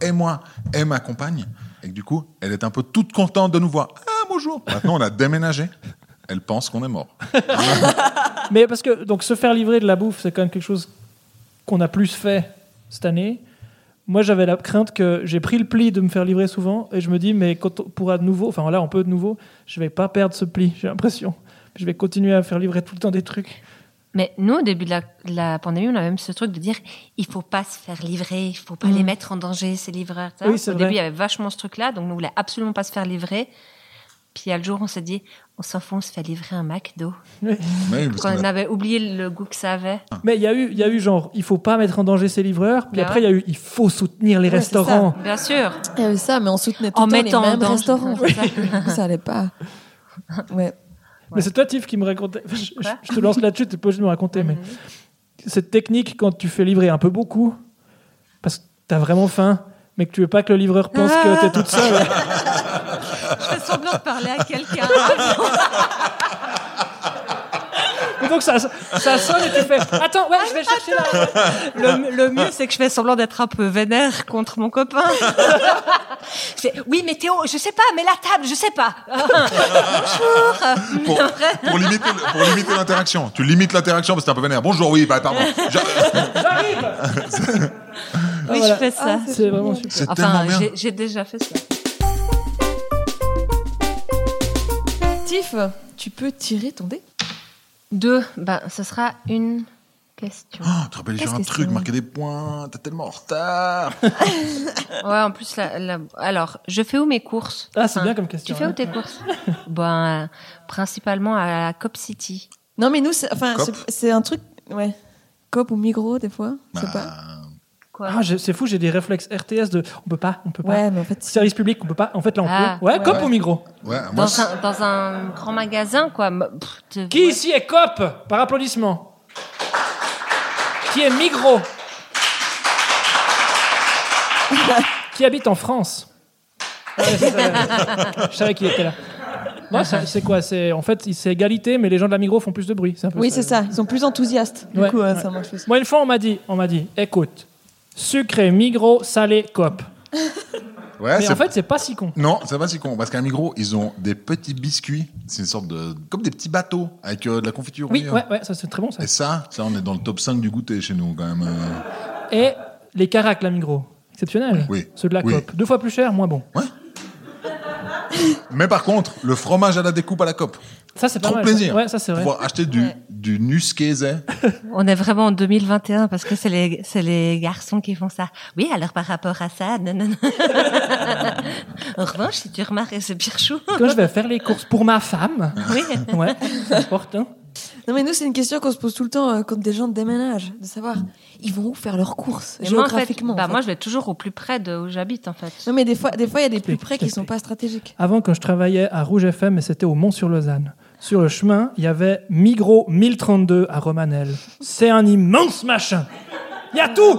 et moi, et ma compagne, et que du coup, elle est un peu toute contente de nous voir. Ah, bonjour Maintenant, on a déménagé, elle pense qu'on est mort.
Mais parce que donc se faire livrer de la bouffe, c'est quand même quelque chose qu'on a plus fait cette année. Moi, j'avais la crainte que j'ai pris le pli de me faire livrer souvent et je me dis, mais quand on pourra de nouveau, enfin là, on peut de nouveau, je vais pas perdre ce pli, j'ai l'impression. Je vais continuer à faire livrer tout le temps des trucs.
Mais nous, au début de la, de la pandémie, on a même ce truc de dire il faut pas se faire livrer, il faut pas
Mhm.
les mettre en danger, ces livreurs. ça.
Oui, c'est
au
vrai.
début, il y avait vachement ce truc-là, donc nous, on voulait absolument pas se faire livrer. Puis, à le jour, on s'est dit on s'en fout, on se fait livrer un McDo.
Mais, parce
Quand
qu'on
on
a-
avait oublié le goût que ça avait.
Mais il y, a eu- il y a eu genre, il faut pas mettre en danger ses livreurs. Puis
Ouais.
après, il y a eu, il faut soutenir les
Ouais, c'est ça.
restaurants.
Bien sûr.
Il y avait ça, Eh, mais on soutenait tout
En
le temps les
mettant en
mêmes
danger.
restaurants.
Ouais, c'est
ça allait pas. Ouais.
Mais c'est toi, Tiff, qui me racontais. Je, je-
Quoi
je te lance là-dessus, tu peux juste me raconter. mais cette technique, quand tu fais livrer un peu beaucoup, parce que t'as vraiment faim, mais que tu veux pas que le livreur pense que t'es toute seule.
Je fais semblant de parler à quelqu'un.
Et donc ça, ça sonne et tu fais Attends, ouais, je vais chercher là.
Le, le mieux, c'est que je fais semblant d'être un peu vénère contre mon copain. Je fais, oui, mais Théo, je sais pas, mais la table, je sais pas. Bonjour.
pour, pour limiter le- pour limiter l'interaction. Tu limites l'interaction parce que t'es un peu vénère. Bonjour, oui, bah, pardon. J'a-
Oui,
voilà.
je fais ça.
Ah,
C'est vraiment super.
C'est
enfin,
tellement bien.
j'ai- j'ai déjà fait ça.
Tiff, tu peux tirer ton dé
Deux, ben, ce sera une question.
Oh, tu te rappelles, j'ai
Qu'est-ce
un
que
truc,
c'est
marquer des points, t'es tellement en retard.
Ouais, en plus, la- la- alors, je fais où mes courses
Ah, c'est
Enfin,
bien comme
Tu
question.
fais où
hein.
tes courses Ben, principalement à Cop City.
Non, mais nous, c'est enfin,
Cop.
c'est- c'est un truc. Ouais. Cop ou migros, des fois. Je sais pas.
Bah,
Quoi
Ah, j'ai- c'est fou, j'ai des réflexes RTS de on peut pas, on peut pas.
Ouais, mais en fait, c'est-
Service public, on peut pas. En fait, là, on
Ah,
peut. Ouais,
ouais.
cop au micro.
ouais, moi,
dans, un, dans un grand magasin, quoi. M- pff, te-
Qui ici est cop Par applaudissement. Qui est migro Qui habite en France Ouais, c'est ça. Je savais qu'il était là. Moi, c'est c'est quoi C'est en fait, c'est égalité, mais les gens de la migro font plus de bruit. un peu
Oui,
ça.
c'est ça. Ils sont plus enthousiastes. Du
Ouais,
coup, euh,
ouais.
ça marche plus.
Moi, une fois, on m'a dit, on m'a dit, écoute, sucré, migros, salé, cop.
ouais,
Mais en
c'est
fait, c'est pas si con.
Non, c'est pas si con. Parce qu'à Migros, ils ont des petits biscuits. C'est une sorte de. Comme des petits bateaux avec euh, de la confiture. au
Oui,
milieu.
ouais, ouais, ça c'est très bon ça.
Et ça, ça, on est dans le top 5 du goûter chez nous, quand même. euh.
Et les caracs, la migros, exceptionnel.
Oui.
Ceux de la
Oui.
cop, deux fois plus cher, moins bon.
Mais par contre, le fromage à la découpe à la cope.
Ça c'est pas
Trop
mal. ça.
plaisir.
Ouais, ça c'est vrai.
Pouvoir acheter du,
Ouais.
du Nuskese.
On est vraiment en 2021 parce que c'est les, c'est les garçons qui font ça. Oui, alors par rapport à ça, nanana. En revanche, si tu remarques, c'est pire chou.
Quand je vais faire les courses pour ma femme,
Oui.
ouais, hein. c'est important.
Non, mais nous, c'est une question qu'on se pose tout le temps euh, quand des gens déménagent, de savoir ils vont où faire leurs courses
Et moi, en fait,
géographiquement.
bah,
en fait.
moi, je vais toujours au plus près de où j'habite, en fait.
Non, mais des fois, des fois, il y a des plus
Explique,
près qui sont
explique.
pas stratégiques.
Avant, quand je travaillais à Rouge FM, et c'était au Mont-sur-Lausanne, sur le chemin, il y avait Migros 1032 à Romanel. C'est un immense machin. Il y a tout.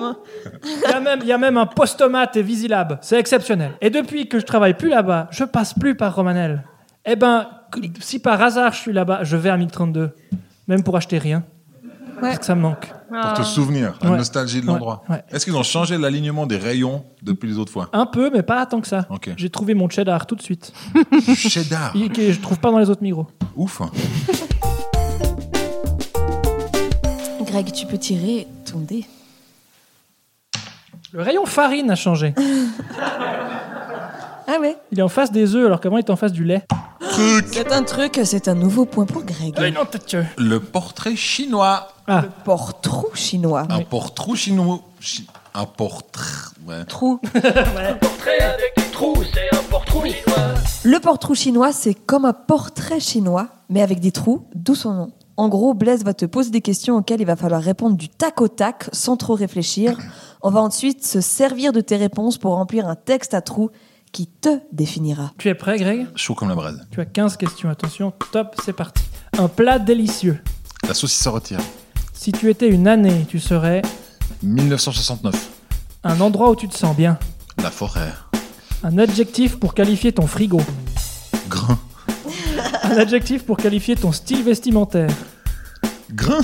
Il y a même, il y a même un postomate et Visilab. C'est exceptionnel. Et depuis que je travaille plus là-bas, je passe plus par Romanel. Eh ben, que- si par hasard je suis là-bas, je vais à 1032, même pour acheter rien. Parce que ça me manque.
Pour te souvenir, la
Ouais.
nostalgie de
Ouais.
l'endroit.
Ouais.
Est-ce qu'ils ont changé l'alignement des rayons depuis les autres fois
Un peu, mais pas tant que ça.
Ok.
J'ai trouvé mon cheddar tout de suite,
Du cheddar.
Il- que je trouve pas dans les autres Migros.
Ouf.
Greg, tu peux tirer ton dé.
Le rayon farine a changé.
Ah ouais
Il est en face des œufs, alors qu'avant il était en face du lait.
Truc.
C'est un truc, c'est un nouveau point pour Greg.
Ah, non, t'as tué.
Le portrait chinois.
Ah,
Le portrou chinois.
Un portrait chinois. chi- Un portrait. Ouais.
Trou.
Le portrou chinois, c'est comme un portrait chinois, mais avec des trous, d'où son nom. En gros, Blaise va te poser des questions auxquelles il va falloir répondre du tac au tac, sans trop réfléchir. On va ensuite se servir de tes réponses pour remplir un texte à trous qui te définira.
tu es prêt, Greg
Chaud comme la braise.
Tu as 15 questions, attention, top, c'est parti. Un plat délicieux.
La saucisse à retire.
Si tu étais une année, tu serais
1969.
un endroit où tu te sens bien.
La forêt.
Un adjectif pour qualifier ton frigo.
Grand.
Un Un adjectif pour qualifier ton style vestimentaire.
Grain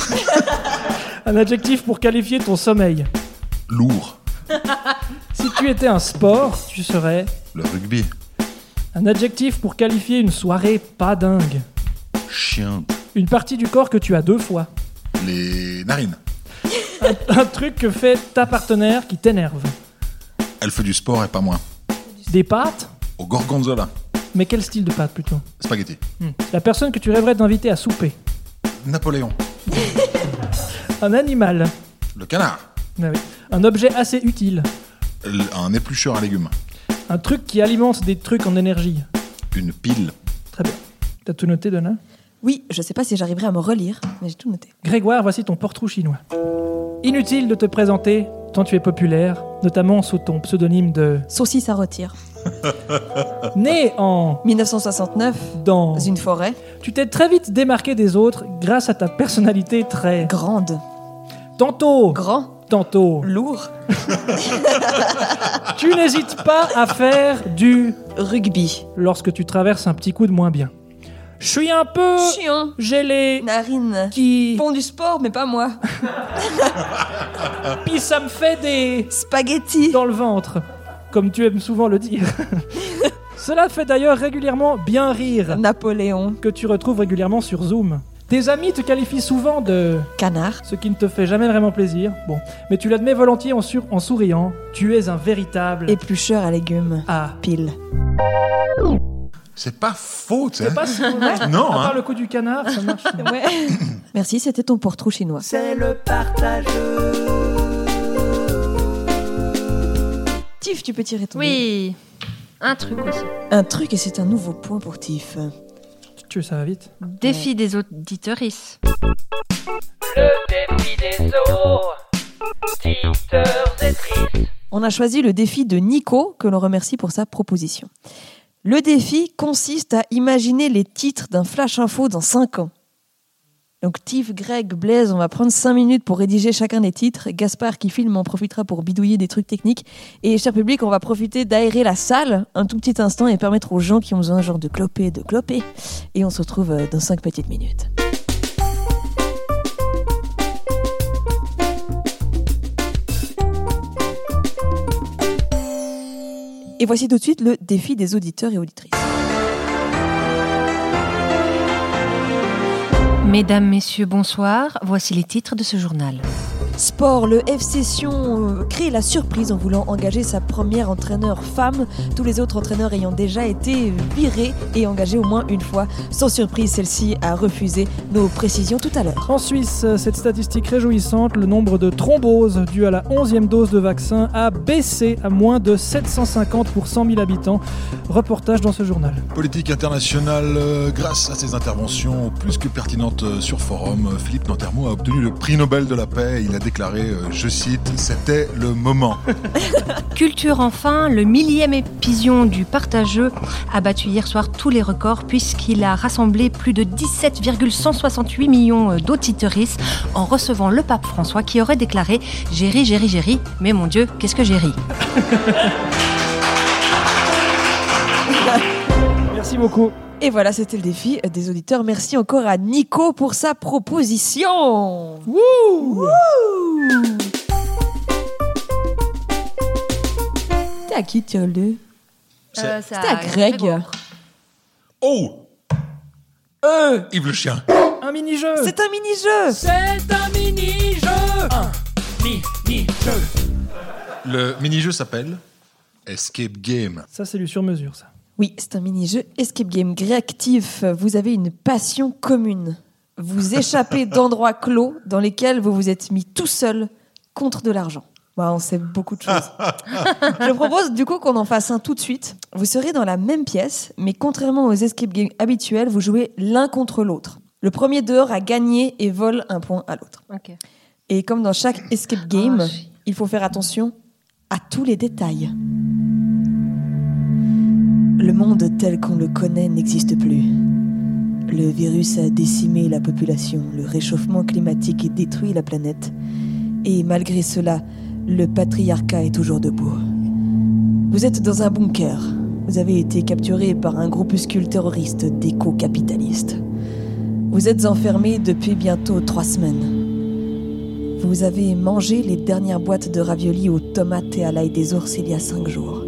Un adjectif pour qualifier ton sommeil.
Lourd.
Si tu étais un sport, tu serais
Le rugby.
un adjectif pour qualifier une soirée pas dingue.
Chien.
Une partie du corps que tu as deux fois.
Les narines.
Un truc que fait ta partenaire qui t'énerve.
Elle fait du sport et pas moins.
Des pâtes
Au gorgonzola.
Mais quel style de pâtes plutôt
Spaghetti.
Hmm. La personne que tu rêverais d'inviter à souper.
Napoléon.
Un animal.
Le canard.
Ah oui. Un objet assez utile.
L- Un éplucheur à légumes.
Un truc qui alimente des trucs en énergie.
Une pile.
Très bien. T'as tout noté, Donna
Oui, je sais pas si j'arriverai à me relire, mais j'ai tout noté.
Grégoire, voici ton portrait chinois. Inutile de te présenter, tant tu es populaire, notamment sous ton pseudonyme de
Saucisse à rôtir.
Né en
1969,
dans.
dans une forêt
Tu t'es très vite démarqué des autres grâce à ta personnalité très.
grande,
Tantôt,
grand,
tantôt.
lourd,
Tu n'hésites pas à faire du
rugby,
lorsque tu traverses un petit coup de moins bien. Je suis un peu
chien,
gelé
narine,
qui
font du sport mais pas moi,
puis ça me fait des
spaghetti,
dans le ventre, comme tu aimes souvent le dire. Cela fait d'ailleurs régulièrement bien rire
Napoléon,
que tu retrouves régulièrement sur Zoom. Tes amis te qualifient souvent de
canard,
ce qui ne te fait jamais vraiment plaisir. Bon, mais tu l'admets volontiers en, sur- en souriant. Tu es un véritable
éplucheur à légumes,
ah.
pile.
C'est pas faux, tu sais.
C'est pas Ah, si mauvais.
Non,
À part
hein.
le coup du canard, ça marche.
Merci, c'était ton portrait chinois.
c'est le partageux.
Tiff, tu peux tirer ton dé.
Oui. Un truc aussi.
Un truc et c'est un nouveau point pour Tiff.
Tu ça va vite.
Défi des auditeurices.
On a choisi le défi de Nico, que l'on remercie pour sa proposition. Le défi consiste à imaginer les titres d'un flash info dans 5 ans. Donc Tiff, Greg, Blaise, on va prendre 5 minutes pour rédiger chacun des titres. Gaspard qui filme en profitera pour bidouiller des trucs techniques. Et cher public, on va profiter d'aérer la salle un tout petit instant et permettre aux gens qui ont besoin genre de cloper, de cloper. Et on se retrouve euh, dans 5 petites minutes. Et voici tout de suite le défi des auditeurs et auditrices.
Mesdames, messieurs, bonsoir. Voici les titres de ce journal.
Sport, le FC Sion euh, crée la surprise en voulant engager sa première entraîneur femme, tous les autres entraîneurs ayant déjà été virés et engagés au moins une fois. Sans surprise, celle-ci a refusé nos précisions tout à l'heure.
En Suisse, cette statistique réjouissante, le nombre de thromboses dues à la 11e dose de vaccin a baissé à moins de 750 pour 100 000 habitants. Reportage dans ce journal.
Politique internationale, euh, grâce à ses interventions plus que pertinentes euh, sur forum, euh, Philippe Nantermo a obtenu le prix Nobel de la paix. Il a déclaré, euh, je cite, c'était le moment.
Culture enfin, le millième épision du Partageux a battu hier soir tous les records puisqu'il a rassemblé plus de 17,168 millions d'auditeuristes en recevant le pape François qui aurait déclaré « J'ai ri, j'ai ri, j'ai ri, mais mon Dieu, qu'est-ce que j'ai ri
Merci beaucoup.
Et voilà, c'était le défi des auditeurs. Merci encore à Nico pour sa proposition. Wouh T'es à qui, Tiolde
Euh,
C'est-
C'était à Greg.
Oh Euh, Yves le chien.
Un mini-jeu.
C'est un mini-jeu
C'est un mini-jeu.
Le mini-jeu s'appelle Escape Game.
Ça, c'est du sur-mesure, ça.
Oui, c'est un mini-jeu escape game réactif. Vous avez une passion commune. Vous échappez d'endroits clos dans lesquels vous vous êtes mis tout seul contre de l'argent. Bah, on sait beaucoup de choses. Je propose du coup qu'on en fasse un tout de suite. Vous serez dans la même pièce, mais contrairement aux escape games habituels, vous jouez l'un contre l'autre. Le premier dehors a gagné et vole un point à l'autre. Et comme dans chaque escape game,
Ah, j'ai-
il faut faire attention à tous les détails. Le monde tel qu'on le connaît n'existe plus. Le virus a décimé la population, le réchauffement climatique détruit la planète. Et malgré cela, le patriarcat est toujours debout. Vous êtes dans un bunker, Vous avez été capturé par un groupuscule terroriste d'éco-capitalistes. Vous êtes enfermé depuis bientôt trois semaines. Vous avez mangé les dernières boîtes de raviolis aux tomates et à l'ail des ours il y a cinq jours.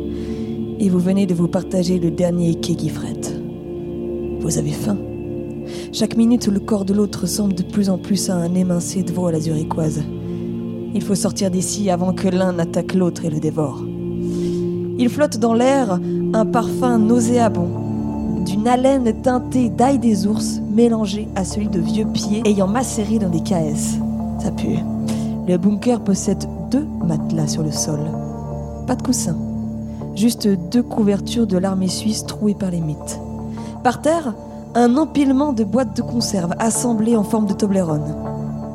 Et vous venez de vous partager le dernier kegifret. Vous avez faim. Chaque minute, le corps de l'autre ressemble de plus en plus à un émincé de veau à la zurichoise. Il faut sortir d'ici avant que l'un n'attaque l'autre et le dévore. Il flotte dans l'air un parfum nauséabond, d'une haleine teintée d'ail des ours mélangée à celui de vieux pieds ayant macéré dans des caisses. Ça pue. Le bunker possède deux matelas sur le sol. Pas de coussin. Juste deux couvertures de l'armée suisse trouées par les mythes. Par terre, un empilement de boîtes de conserve assemblées en forme de Toblerone.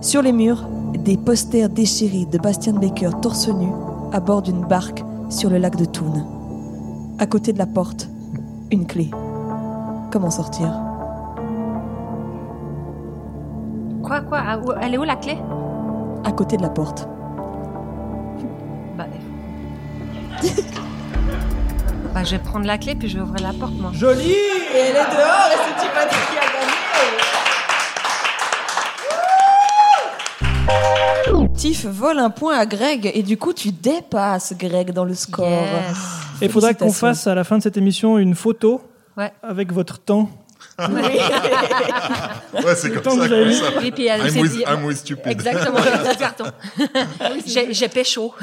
Sur les murs, des posters déchirés de Bastian Baker torse nu à bord d'une barque sur le lac de Thun. À côté de la porte, une clé. Comment sortir
Quoi, quoi Ah, où- Elle est où la clé
À côté de la porte.
bah, bah, je vais prendre la clé puis je vais ouvrir la porte, moi.
Joli
Et elle est dehors et c'est Tiffany qui a gagné Tiff vole un point à Greg et du coup tu dépasses Greg dans le score.
Yes.
Et il faudra qu'on
Félicitations.
fasse à la fin de cette émission une photo
Ouais.
avec votre temps.
Ouais, c'est
Le
comme
temps
ça.
que vous avez
Comme
mis.
ça.
Et puis, elle
I'm
s'est
with,
dit-
I'm with stupid.
Exactement, j'ai un petit carton. J'ai j'ai pécho.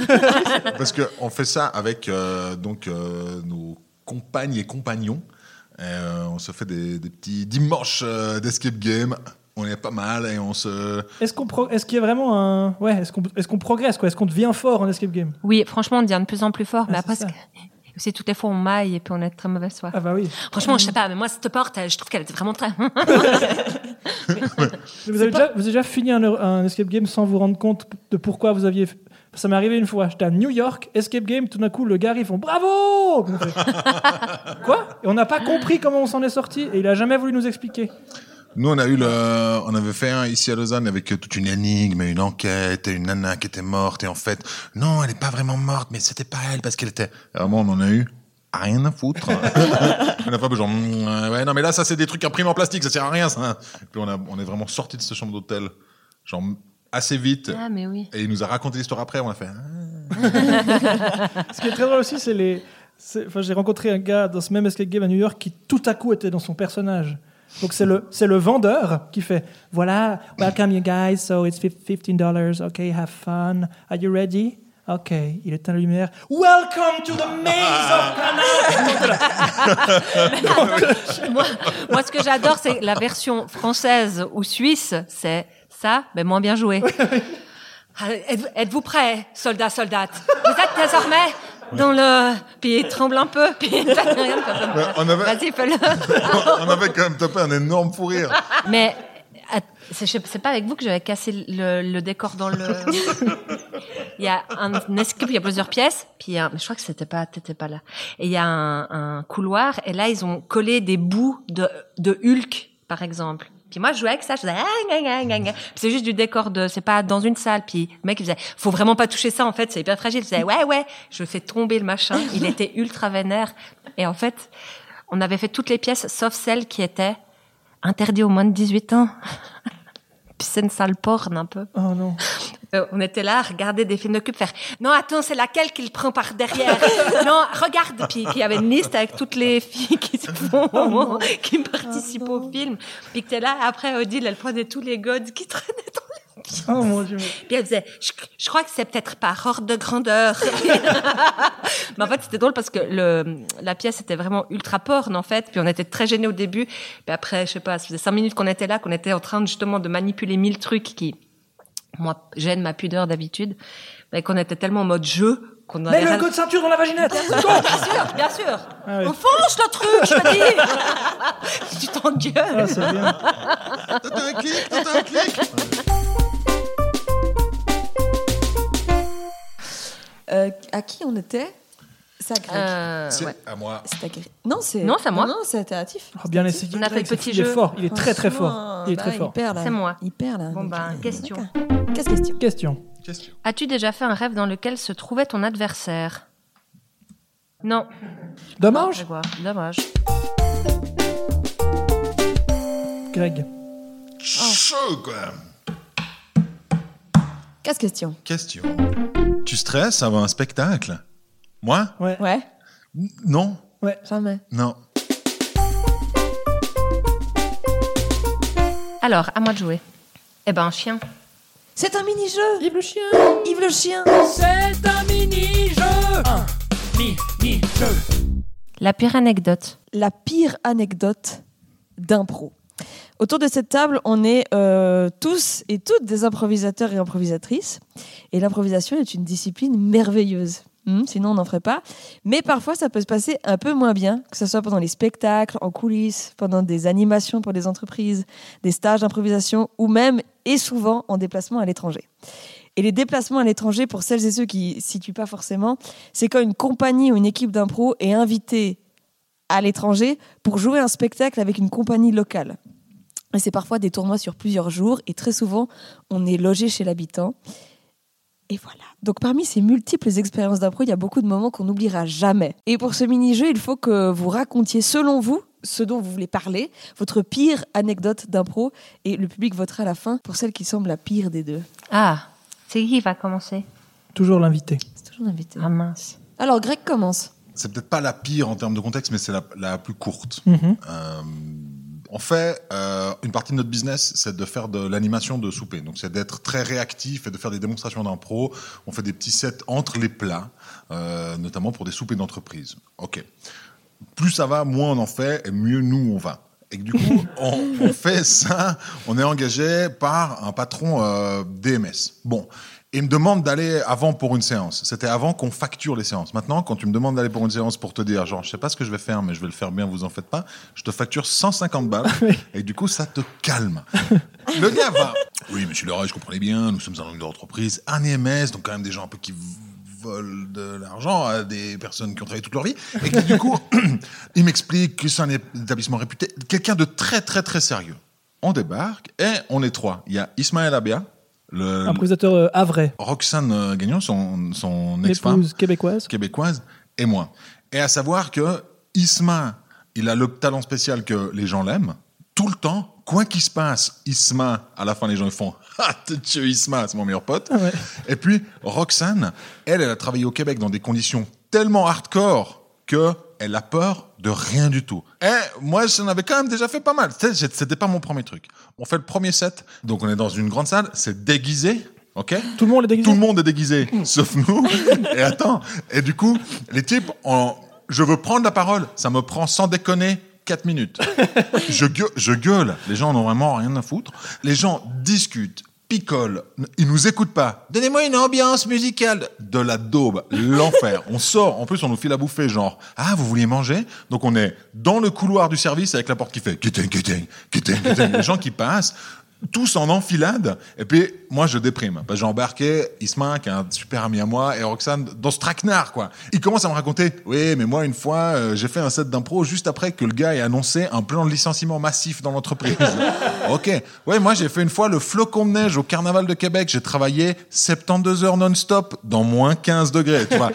Parce qu'on fait ça avec euh, donc, euh, nos compagnes et compagnons. Euh, on se fait des, des petits dimanches euh, d'escape game. On est pas mal et on se.
Est-ce qu'on pro- est-ce qu'il y a vraiment un ouais est-ce qu'on est-ce qu'on progresse quoi est-ce qu'on devient fort en escape game
Oui, franchement, on devient de plus en plus fort, mais
Ah,
après,
c'est
c'est c'est toutes les fois on maille et puis on est de très mauvaise soir.
Ah bah oui.
Franchement, je sais pas, mais moi, cette porte, euh, je trouve qu'elle était vraiment très.
Vous avez, déjà, vous avez déjà fini un, un escape game sans vous rendre compte de pourquoi vous aviez. Ça m'est arrivé une fois. J'étais à New York, escape game. Tout d'un coup, le gars ils font bravo. On fait, Quoi Et on n'a pas compris comment on s'en est sorti et il a jamais voulu nous expliquer.
Nous, on a eu le, on avait fait un ici à Lausanne avec euh, toute une énigme, et une enquête, et une nana qui était morte, et en fait, non, elle est pas vraiment morte, mais c'était pas elle parce qu'elle était. Alors moi, on en a eu. Rien à foutre. on n'a pas besoin. Mm, euh, Ouais, non, mais là, ça, c'est des trucs imprimés en plastique, ça sert à rien, ça. Puis on, a, on est vraiment sorti de cette chambre d'hôtel, genre assez vite.
Ah, mais oui.
Et il nous a raconté l'histoire après, on a fait. ah.
Ce qui est très drôle aussi, c'est les. c'est- Enfin, j'ai rencontré un gars dans ce même escape game à New York qui tout à coup était dans son personnage. Donc c'est le c'est le vendeur qui fait voilà welcome you guys so it's fif- 15 dollars okay have fun are you ready okay il éteint la lumière welcome to the maze of
moi, moi, ce que j'adore, c'est la version française ou suisse, c'est ça, mais moins bien joué. Ah, Êtes-vous êtes-vous prêts, soldats, soldates Vous êtes désormais dans le... Puis il tremble un peu, puis il fait rien comme
Ouais,
ça.
on avait-
Vas-y, fais-le.
on avait quand même tapé un énorme fou rire.
Mais att- c'est je- c'est pas avec vous que j'avais cassé le, le décor dans le... Il y a un escape, il y a plusieurs pièces, puis il y a un- je crois que c'était pas, t'étais pas là. Et il y a un, un couloir, et là ils ont collé des bouts de, de Hulk, par exemple. Puis moi je jouais avec ça, je faisais ah, gna, gna, gna, gna. Puis c'est juste du décor de, c'est pas dans une salle. Puis le mec il faisait, faut vraiment pas toucher ça en fait, c'est hyper fragile. Je faisais ouais ouais, je fais tomber le machin. Il était ultra vénère. Et en fait, on avait fait toutes les pièces sauf celle qui était interdite aux moins de 18 ans. Puis c'est une salle porn un peu.
oh non
Euh, on était là à regarder des films de cube, faire non attends c'est laquelle qu'il prend par derrière non regarde puis puis il y avait une liste avec toutes les filles qui se font qui participent au film puis que t'es là après Odile elle prenait tous les godes qui traînaient dans
oh mon dieu
les... puis elle faisait je, je crois que c'est peut-être par ordre de grandeur mais en fait c'était drôle parce que le la pièce était vraiment ultra porn en fait puis on était très gênés au début puis après je sais pas ça faisait cinq minutes qu'on était là qu'on était en train justement de manipuler mille trucs qui moi gêne ma pudeur d'habitude, mais qu'on était tellement en mode jeu qu'on
mets
avait
le
rien-
coup de ceinture dans la vaginette Go
Bien sûr, bien sûr.
Ah oui.
On fonce le truc, je te dis. tu
Ah,
t'engueules.
c'est bien.
T'as un clic, t'as un clic.
Euh, à qui on était C'est à
Ah,
Greg.
Euh,
C'est
ouais.
à moi.
C'est à Greg. Non, c'est
Non, c'est à moi.
Non, non, c'était à Tiff.
Oh, bien essayé
On a fait
Greg,
le petit
il est
jeu.
fort il est très très fort
Franchement,
il est
bah,
très fort
perd, là.
C'est moi.
Il perd là.
Bon,
Donc,
ben,
euh,
question.
d'accord. Casse question.
question
Question.
As-tu déjà fait un rêve dans lequel se trouvait ton adversaire Non.
Dommage,
Grégoire, Dommage.
Greg.
Chaud, quand même.
Casse question.
Question. Tu stresses avant un spectacle Moi
Ouais.
Ouais,
Non.
jamais.
Non.
Alors, à moi de jouer. Eh ben, un chien.
C'est un mini-jeu
Yves le chien.
Yves le chien
C'est un mini-jeu. Un mini-jeu.
La pire anecdote.
La pire anecdote d'impro. Autour de cette table, on est euh, tous et toutes des improvisateurs et improvisatrices. Et l'improvisation est une discipline merveilleuse. Hmm, sinon, on n'en ferait pas. Mais parfois, ça peut se passer un peu moins bien, que ce soit pendant les spectacles, en coulisses, pendant des animations pour des entreprises, des stages d'improvisation ou même, et souvent, en déplacement à l'étranger. Et les déplacements à l'étranger, pour celles et ceux qui ne situent pas forcément, c'est quand une compagnie ou une équipe d'impro est invitée à l'étranger pour jouer un spectacle avec une compagnie locale. Et c'est parfois des tournois sur plusieurs jours et très souvent on est logé chez l'habitant. Et voilà. Donc parmi ces multiples expériences d'impro, il y a beaucoup de moments qu'on n'oubliera jamais. Et pour ce mini-jeu, il faut que vous racontiez selon vous ce dont vous voulez parler, votre pire anecdote d'impro et le public votera à la fin pour celle qui semble la pire des deux.
Ah, c'est qui va commencer
Toujours l'invité.
C'est toujours l'invité.
Ah mince.
Alors Greg commence.
C'est peut-être pas la pire en termes de contexte, mais c'est la, la plus courte.
Mhm.
Euh, en fait, euh, une partie de notre business, c'est de faire de l'animation de souper. Donc, c'est d'être très réactif et de faire des démonstrations d'impro. On fait des petits sets entre les plats, euh, notamment pour des soupers d'entreprise. OK. Plus ça va, moins on en fait, et mieux nous on va. Et que du coup, on, on fait ça, on est engagé par un patron euh, DMS. Bon. Il me demande d'aller avant pour une séance. C'était avant qu'on facture les séances. Maintenant, quand tu me demandes d'aller pour une séance pour te dire, genre, je sais pas ce que je vais faire, mais je vais le faire bien, vous en faites pas, je te facture 150 balles. et du coup, ça te calme. Le gars va. Oui, monsieur Leroy, je comprenais bien, nous sommes un nombre d'entreprises, un EMS, donc quand même des gens un peu qui v- volent de l'argent à des personnes qui ont travaillé toute leur vie. Et qui, du coup, il m'explique que c'est un établissement réputé, quelqu'un de très, très, très sérieux. On débarque et on est trois. Il y a Ismaël Abia, le,
Improvisateur euh, havrais.
Roxane euh, Gagnon, son, son ex-femme
Épouse québécoise.
québécoise, et moi. Et à savoir que Isma, il a le talent spécial que les gens l'aiment, tout le temps, quoi qu'il se passe, Isma, à la fin, les gens ils font « Ah, t'es Dieu, Isma, c'est mon meilleur pote
Ah ouais.
Et puis, Roxane, elle, elle a travaillé au Québec dans des conditions tellement hardcore que elle a peur de rien du tout. Et moi, j'en avais quand même déjà fait pas mal. C'était- C'était pas mon premier truc. On fait le premier set, donc on est dans une grande salle, c'est déguisé, ok
Tout le monde est déguisé.
tout le monde est déguisé, sauf nous. Et attends, et du coup, les types, en- je veux prendre la parole, ça me prend sans déconner 4 minutes. Je gueule, je gueule, les gens n'ont vraiment rien à foutre. Les gens discutent, picolent, ils nous écoutent pas. Donnez-moi une ambiance musicale. De la daube, l'enfer. On sort, en plus on nous file à bouffer, genre, ah, vous vouliez manger Donc on est dans le couloir du service avec la porte qui fait, Kitting, kitting, kitting, kitting. les gens qui passent tous en enfilade. Et puis, moi, je déprime. Parce que j'ai embarqué Isma, qui est un super ami à moi, et Roxane dans ce traquenard, quoi. Il commence à me raconter Oui, mais moi, une fois, euh, j'ai fait un set d'impro juste après que le gars ait annoncé un plan de licenciement massif dans l'entreprise. ok. Ouais, moi, j'ai fait une fois le flocon de neige au carnaval de Québec. J'ai travaillé 72 heures non-stop dans moins 15 degrés. Tu vois.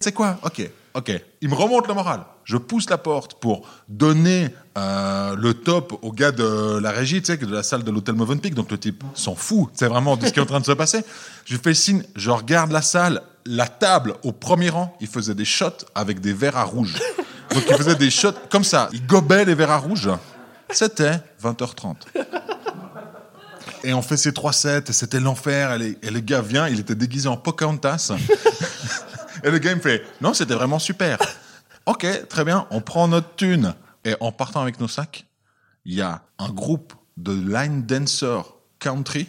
C'est quoi Ok, ok. Il me remonte le moral. Je pousse la porte pour donner euh, le top au gars de la régie, tu sais, que de la salle de l'hôtel Movenpick. Donc le type s'en fout, c'est vraiment de ce qui est en train de se passer. Je lui fais signe, je regarde la salle, la table au premier rang, il faisait des shots avec des verres à rouge. Donc il faisait des shots comme ça, il gobait les verres à rouge. C'était 20h30. Et on fait ces trois sets, et c'était l'enfer. Et, les- et le gars vient, il était déguisé en Pocahontas. Et le gars il me fait Non, c'était vraiment super. ok, très bien, on prend notre thune. Et en partant avec nos sacs, il y a un groupe de line dancers country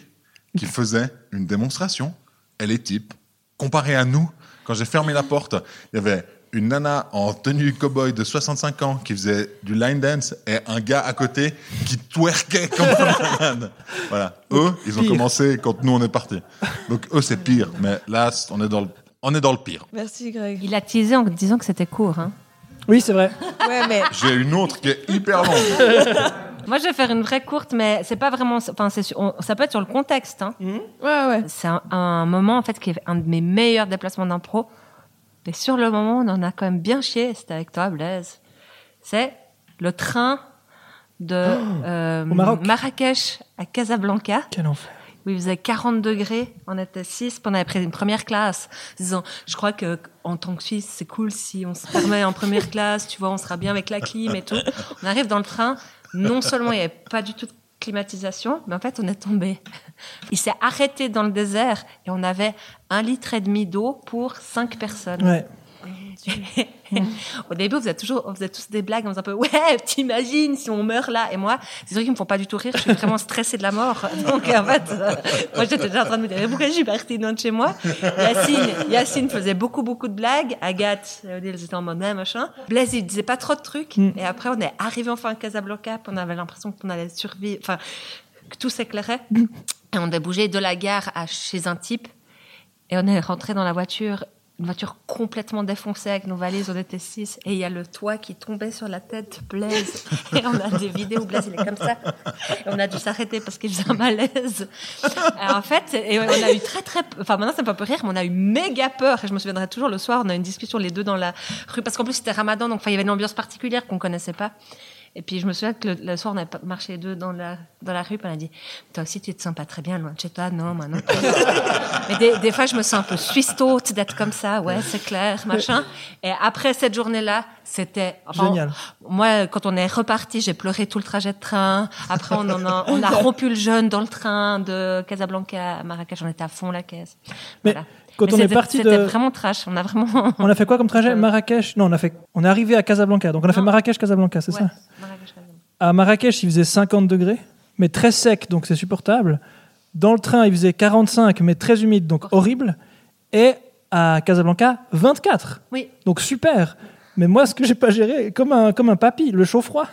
qui faisait une démonstration. Et les types, comparés à nous, quand j'ai fermé la porte, il y avait une nana en tenue cowboy de 65 ans qui faisait du line dance et un gars à côté qui twerkait comme un malade. Voilà. Eux, ils ont
Pire.
commencé quand nous on est partis. Donc eux, c'est pire. Mais là, on est dans le, on est dans le pire.
Merci Greg.
Il a teasé en disant que c'était court. Hein.
Oui, c'est vrai.
Ouais, mais
J'ai une autre qui est hyper longue.
Moi, je vais faire une vraie courte, mais c'est pas vraiment. Enfin, c'est sur- on- ça peut être sur le contexte. hein.
ouais, ouais.
C'est un, un moment en fait qui est un de mes meilleurs déplacements d'impro Mais sur le moment, on en a quand même bien chié. C'était avec toi, Blaise. C'est le train de euh,
au Maroc.
Marrakech à Casablanca
Quel enfer.
où il faisait 40 degrés, on était 6, on avait pris une première classe. Disons, je crois que en tant que Suisse, c'est cool si on se permet en première classe, tu vois, on sera bien avec la clim et tout. On arrive dans le train, non seulement il n'y avait pas du tout de climatisation, mais en fait, on est tombé. Il s'est arrêté dans le désert et on avait un litre et demi d'eau pour cinq personnes.
Ouais.
Au début, vous êtes toujours, vous êtes tous des blagues, on faisait un peu, ouais, t'imagines si on meurt là. Et moi, c'est trucs qui me font pas du tout rire, je suis vraiment stressée de la mort. Donc, en fait, euh, moi, j'étais déjà en train de me dire, mais pourquoi je suis partie loin de chez moi? Yacine, Yacine faisait beaucoup, beaucoup de blagues. Agathe, et Odile, ils étaient en mode, Ouais, machin. Blaise, il disait pas trop de trucs.
Mm.
Et après, on est arrivé enfin à Casablanca, puis on avait l'impression qu'on allait survivre, enfin, que tout s'éclairait. Et on a bougé de la gare à chez un type. Et on est rentré dans la voiture, une voiture complètement défoncée avec nos valises, on était six. Et il y a le toit qui tombait sur la tête de Blaise. Et on a des vidéos où Blaise, il est comme ça. Et on a dû s'arrêter parce qu'il faisait un malaise. Alors, en fait, et on a eu très, très. Enfin, maintenant, ça me fait un peu rire, mais on a eu méga peur. Et je me souviendrai toujours le soir, on a eu une discussion les deux dans la rue. Parce qu'en plus, c'était ramadan, donc enfin, il y avait une ambiance particulière qu'on connaissait pas. Et puis je me souviens que le, le soir on a pa- marché les deux dans la dans la rue, puis on a dit toi aussi tu te sens pas très bien loin de chez toi, non moi non. Mais des, des fois je me sens un peu suisse haute d'être comme ça, ouais c'est clair machin. Et après cette journée-là, c'était enfin,
Génial.
on- Moi quand on est reparti, j'ai pleuré tout le trajet de train. Après on en a, on a rompu le jeûne dans le train de Casablanca à Marrakech, on était à fond la caisse.
Mais quand on est
c'était-
parti
c'était
de-
vraiment trash, on a vraiment.
On a fait quoi comme trajet Marrakech Non, on a fait. On est arrivé à Casablanca. Donc on a fait
Non.
Marrakech-Casablanca, c'est
Ouais,
ça
Marrakech, Casablanca.
À Marrakech, il faisait 50 degrés, mais très sec, donc c'est supportable. Dans le train, il faisait 45, mais très humide, donc horrible. Et à Casablanca, 24.
Oui.
Donc super. Mais moi, ce que j'ai pas géré, comme un, comme un papy, le chaud froid.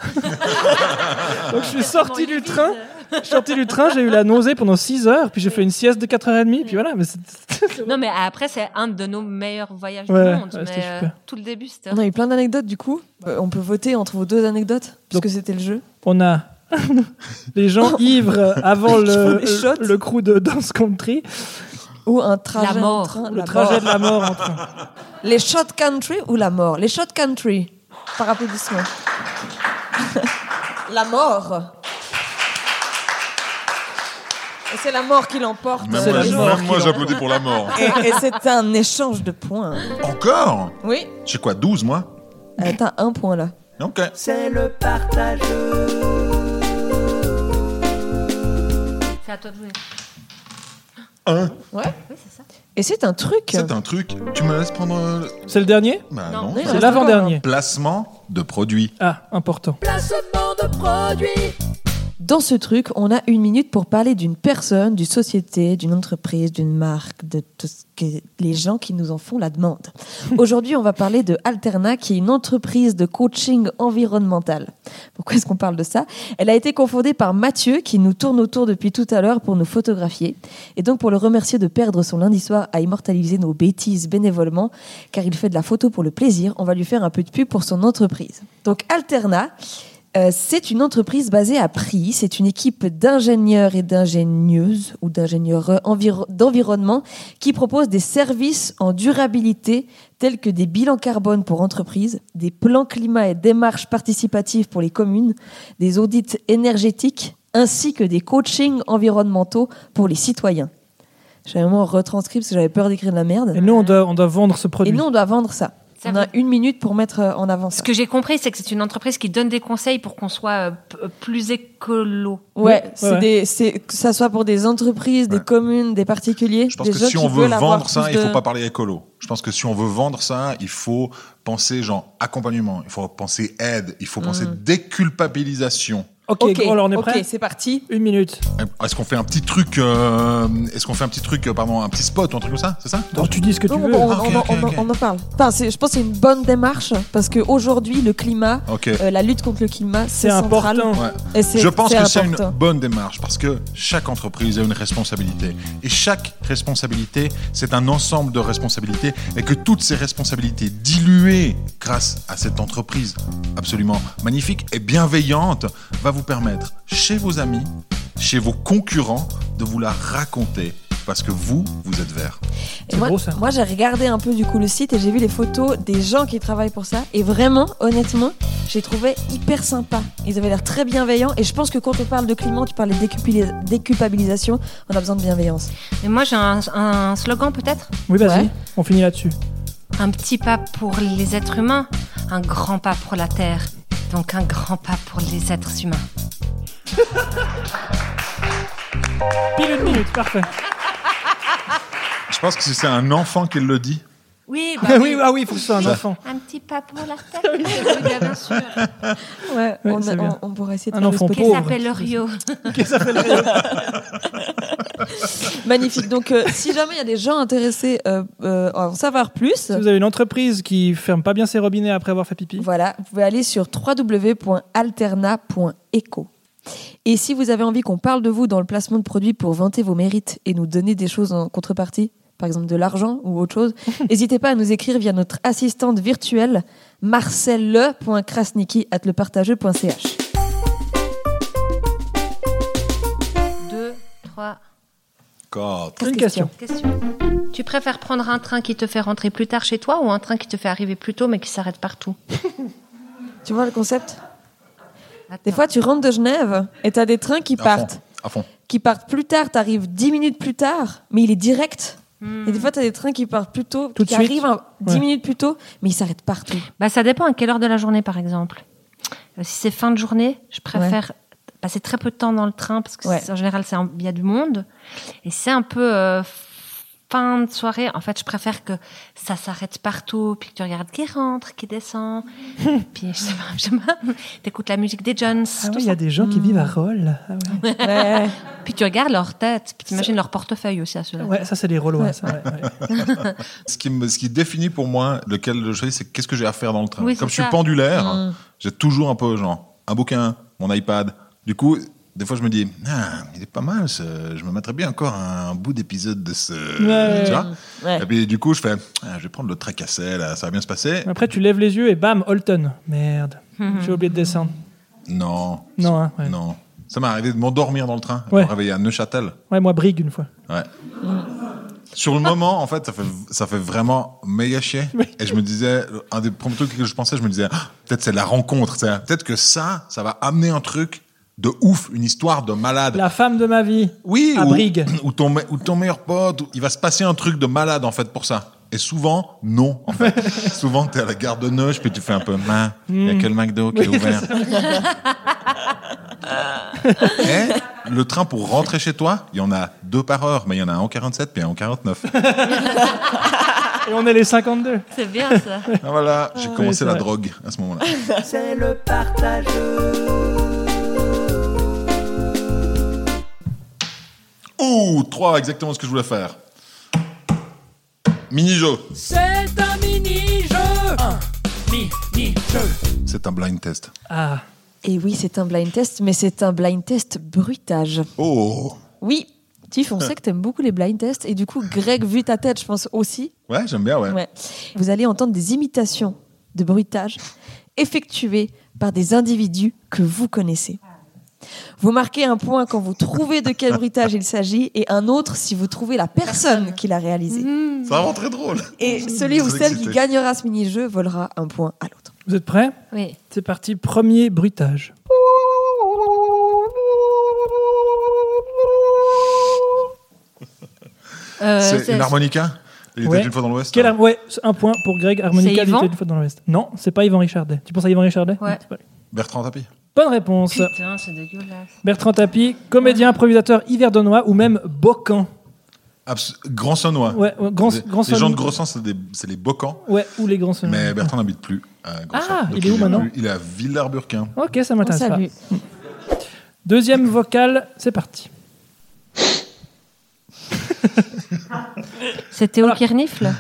donc je suis sorti du
Complètement
train.
livide.
Je suis sorti du train, j'ai eu la nausée pendant 6 heures, puis j'ai fait une sieste de 4h30, puis voilà. Mais c'est-
Non, mais après, c'est un de nos meilleurs voyages
Ouais,
du monde.
ouais, c'était
mais euh,
super.
tout le début, c'était.
On a eu plein d'anecdotes du coup. Euh, on peut voter entre vos deux anecdotes, puisque c'était le jeu.
on a les gens ivres avant le,
des shots.
le crew de Dance Country,
Ou un trajet.
La mort.
en train,
le
la
trajet
mort.
de la mort en train.
Les shot country ou la mort Les shot country. Par applaudissement. la mort. Et c'est la mort qui l'emporte.
Même
C'est
moi,
la
je-
mort
même
qui
moi,
l'emporte.
j'applaudis pour la mort.
Et, et c'est un échange de points.
Encore
Oui.
J'ai quoi, 12 moi
Euh, T'as un point là.
Ok.
C'est le partage.
C'est à toi de jouer.
Un.
Oui, c'est ça.
Et c'est un truc.
C'est un truc. Tu me laisses prendre. euh, le-
C'est le dernier
Bah
Non.
non.
Oui, il en
C'est
reste
l'avant-dernier.
Placement de produit.
Ah, important.
Dans ce truc, on a une minute pour parler d'une personne, d'une société, d'une entreprise, d'une marque, de tout ce que les gens qui nous en font la demande. Aujourd'hui, on va parler de Alterna, qui est une entreprise de coaching environnemental. Pourquoi est-ce qu'on parle de ça Elle a été confondée par Mathieu, qui nous tourne autour depuis tout à l'heure pour nous photographier. Et donc, pour le remercier de perdre son lundi soir à immortaliser nos bêtises bénévolement, car il fait de la photo pour le plaisir, on va lui faire un peu de pub pour son entreprise. Donc, Alterna, euh, c'est une entreprise basée à Prix. C'est une équipe d'ingénieurs et d'ingénieuses ou d'ingénieurs euh, enviro- d'environnement qui propose des services en durabilité tels que des bilans carbone pour entreprises, des plans climat et démarches participatives pour les communes, des audits énergétiques ainsi que des coachings environnementaux pour les citoyens. J'ai vraiment retranscrit parce que j'avais peur d'écrire de la merde.
Et nous, on doit, on doit vendre ce
Et
produit.
nous, on doit vendre ça.
Ça
On a
va.
une minute pour mettre euh, en avant
Ce
ça.
que j'ai compris, c'est que c'est une entreprise qui donne des conseils pour qu'on soit euh, p- euh, plus écolo.
Ouais,
Ouais,
c'est
ouais.
des, c'est que ça soit pour des entreprises, des
Ouais.
communes, des particuliers.
Je pense
des
que
gens
si
qui
on veut
veulent avoir
vendre ça,
plus
il
de-
faut pas parler écolo. Je pense que si on veut vendre ça, il faut penser genre accompagnement, il faut penser aide, il faut penser
Mm.
déculpabilisation.
Ok,
Ok,
bon, alors on est
ok,
prêt
c'est parti.
Une minute.
Est-ce qu'on fait un petit truc euh, Est-ce qu'on fait un petit truc, euh, pardon, un petit spot ou un truc comme ça C'est ça
Alors, tu dis ce que
Non,
tu
on,
veux.
on-
Ah, ok,
on-
ok,
on-
ok.
on en parle. Enfin, c'est- je pense que c'est une bonne démarche parce qu'aujourd'hui, le climat,
Ok.
euh, la lutte contre le climat,
C'est
c'est central.
important.
Ouais.
Et c'est-
Je pense
c'est
que c'est une
important.
bonne démarche parce que chaque entreprise a une responsabilité. Et chaque responsabilité, c'est un ensemble de responsabilités et que toutes ces responsabilités diluées grâce à cette entreprise absolument magnifique et bienveillante va vous permettre, chez vos amis, chez vos concurrents, de vous la raconter parce que vous, vous êtes vert.
C'est
moi,
beau, ça.
moi, j'ai regardé un peu du coup le site et j'ai vu les photos des gens qui travaillent pour ça. Et vraiment, honnêtement, j'ai trouvé hyper sympa. Ils avaient l'air très bienveillants. Et je pense que quand on parle de climat, tu parles de décupili- déculpabilisation, on a besoin de bienveillance.
Et moi, j'ai un, un slogan peut-être
Oui, vas-y,
Ouais.
on finit là-dessus.
Un petit pas pour les êtres humains, un grand pas pour la Terre, donc un grand pas pour les êtres humains.
Pile une minute, parfait.
Je pense que si c'est un enfant qui le dit,
Oui,
Ah oui, ah oui, il faut que ce soit un
Ça-
enfant.
Un petit pas pour la Terre, bien sûr.
Ouais,
Ouais,
on,
c'est
on-
bien.
on pourrait essayer de
Un
faire le
enfant
spot.
Qui
Pauvre.
s'appelle Rio.
Magnifique. Donc, euh, si jamais il y a des gens intéressés euh, euh, à en savoir plus,
Si vous avez une entreprise qui ferme pas bien ses robinets après avoir fait pipi,
Voilà, vous pouvez aller sur www.alterna.eco. Et si vous avez envie qu'on parle de vous dans le placement de produits pour vanter vos mérites et nous donner des choses en contrepartie, par exemple de l'argent ou autre chose, n'hésitez pas à nous écrire via notre assistante virtuelle marcelle.krasniki@lepartageux.ch.
2, 3,
God.
une question.
question. Tu préfères prendre un train qui te fait rentrer plus tard chez toi ou un train qui te fait arriver plus tôt mais qui s'arrête partout
Tu vois le concept Des
Attends.
fois, tu rentres de Genève et tu as des trains qui
à fond,
partent.
à fond.
Qui partent plus tard, tu arrives 10 minutes plus tard, mais il est direct. Et des fois, tu as des trains qui partent plus tôt,
Tout de
qui
suite.
arrivent un- 10
Ouais.
minutes plus tôt, mais ils s'arrêtent partout.
Bah, ça dépend à quelle heure de la journée, par exemple. Euh, si c'est fin de journée, je préfère passer très peu de temps dans le train parce que
Ouais.
c'est- en général, c'est un- il y a du monde. Et c'est un peu euh, fin de soirée. En fait, je préfère que ça s'arrête partout, puis que tu regardes qui rentre, qui descend. puis, je sais pas, je sais pas, t'écoutes la musique des Jones.
Ah
tout
oui, il y
ça.
a des gens qui vivent à Roll. Ah ouais.
Ouais.
Puis tu regardes leur tête, puis t'imagines leur portefeuille aussi à cela.
Ouais, ça c'est des Rollois. ça, ouais, ouais.
Ce qui, me, ce qui définit pour moi lequel je choisis, c'est qu'est-ce que j'ai à faire dans le train.
Oui,
Comme
c'est
je suis
ça.
pendulaire, j'ai toujours un peu genre un bouquin, mon iPad. Du coup, des fois je me dis, ah, il est pas mal, ce- je me mettrais bien encore un bout d'épisode de ce.
Ouais.
Tu vois
Ouais.
Et puis du coup, je fais, Ah, je vais prendre le tracasset, là, ça va bien se passer.
Après, tu lèves les yeux et bam, Holton. Merde,
Mhm.
j'ai oublié de descendre.
Non.
Non, hein, ouais.
Non. Ça m'est arrivé de m'endormir dans le train, de
Ouais.
me réveiller à Neuchâtel.
Ouais, moi, Brigue une fois.
Ouais. Sur le moment, en fait ça, fait, ça fait vraiment méga chier. Et je me disais, un des premiers trucs que je pensais, je me disais, Ah, peut-être c'est la rencontre. tu sais. Peut-être que ça, ça va amener un truc de ouf, une histoire de malade.
La femme de ma vie.
Oui,
À
ou,
Brigue.
ou ton, me- ou ton meilleur pote, ou- il va se passer un truc de malade, en fait, pour ça. Et souvent, non, en fait. souvent, t'es à la gare de Neuch, puis tu fais un peu, main, il
Hmm.
y a que le McDo qui est ouvert. Et Eh, le train pour rentrer chez toi, il y en a deux par heure, mais il y en a un en 47 puis un en 49.
Et on est les 52.
C'est bien ça.
Ah, voilà, j'ai commencé
c'est
la
vrai.
drogue à ce moment-là.
c'est le partageux.
Ouh, trois, exactement ce que je voulais faire. Mini-jeu.
C'est un mini-jeu. Un mini-jeu.
C'est un blind test.
Ah,
Et oui, c'est un blind test, mais c'est un blind test bruitage.
Oh.
Oui, Tiff, on sait que t'aimes beaucoup les blind tests, et du coup, Greg, vu ta tête, je pense aussi.
Ouais, j'aime bien, ouais.
Ouais. Vous allez entendre des imitations de bruitage effectuées par des individus que vous connaissez. Vous marquez un point quand vous trouvez de quel bruitage il s'agit et un autre si vous trouvez la personne qui l'a réalisé.
Hmm.
C'est vraiment très drôle.
Et celui ou
Très
celle qui
excité.
gagnera ce mini-jeu volera un point à l'autre.
vous êtes prêts
Oui.
C'est parti, premier bruitage.
Euh,
c'est une harmonica Il était
Ouais.
une fois dans l'Ouest
Quel
hein.
ar- ouais, c'est un point pour Greg, harmonica,
C'est Yvan
une fois dans l'Ouest. Non, c'est pas Yvan Richardet. Tu penses à Yvan Richardet
Ouais.
Non, c'est pas lui.
Bertrand Tapie.
Bonne réponse.
Putain, c'est dégueulasse.
Bertrand Tapie, comédien, improvisateur hiverdonois ou même Bocan.
Abs- grand Sonnois.
Ouais, ouais, grand,
les,
grand
les gens
Son-
de Grossan, c'est des- c'est les Bocans.
Ouais, ou les grands sonneurs.
Mais Bertrand n'habite plus à Grossan.
Ah,
Donc
il est où maintenant
plus- Il est à Villard-Burquin.
Ok, ça
On
m'intéresse pas.
salue.
Deuxième vocal, c'est parti.
C'est Théo
Alors-
qui renifle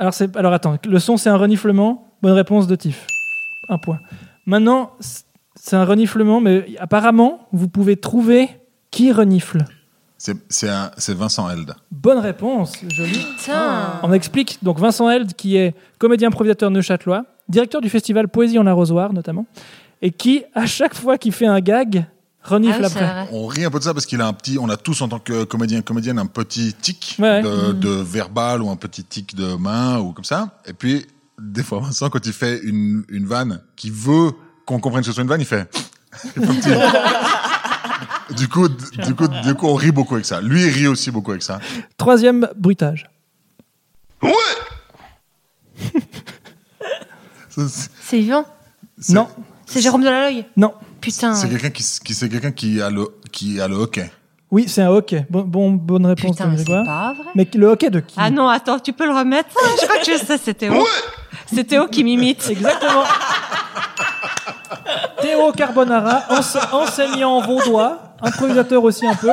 Alors, c'est, alors attends, le son c'est un reniflement. Bonne réponse de Tiff. Un point. Maintenant, c- c'est un reniflement, mais apparemment, vous pouvez trouver qui renifle.
C'est c'est un- c'est Vincent Held.
Bonne réponse, joli.
Putain.
On explique donc Vincent Held, qui est comédien improvisateur neuchâtelois, directeur du festival Poésie en arrosoir notamment, et qui, à chaque fois qu'il fait un gag, Renifle
Ah oui, c'est
après.
vrai.
On rit un peu de ça parce qu'il a un petit, on a tous en tant que comédien comédienne un petit tic
Ouais.
de, de verbal ou un petit tic de main ou comme ça. Et puis des fois Vincent quand il fait une, une vanne qui veut qu'on comprenne que ce soit une vanne, il fait. il fait un petit- du coup, d- du coup, du coup, on rit beaucoup avec ça. Lui il rit aussi beaucoup avec ça.
Troisième bruitage.
Ça, c'est-
C'est Yvan
c'est-
Non,
C'est Jérôme Delaleuil
non.
Putain.
C'est quelqu'un qui, s- qui c'est quelqu'un qui a le qui a le hockey.
Oui, c'est un hockey. Bon, bon- bonne réponse,
Putain, mais
de
c'est
Grégoire.
pas vrai.
Mais le hockey de qui
Ah non, attends, tu peux le remettre Je crois que je sais, c'est Théo. C'est Théo qui m'imite.
Exactement. Théo Carbonara, ense- enseignant vaudois, improvisateur aussi un peu.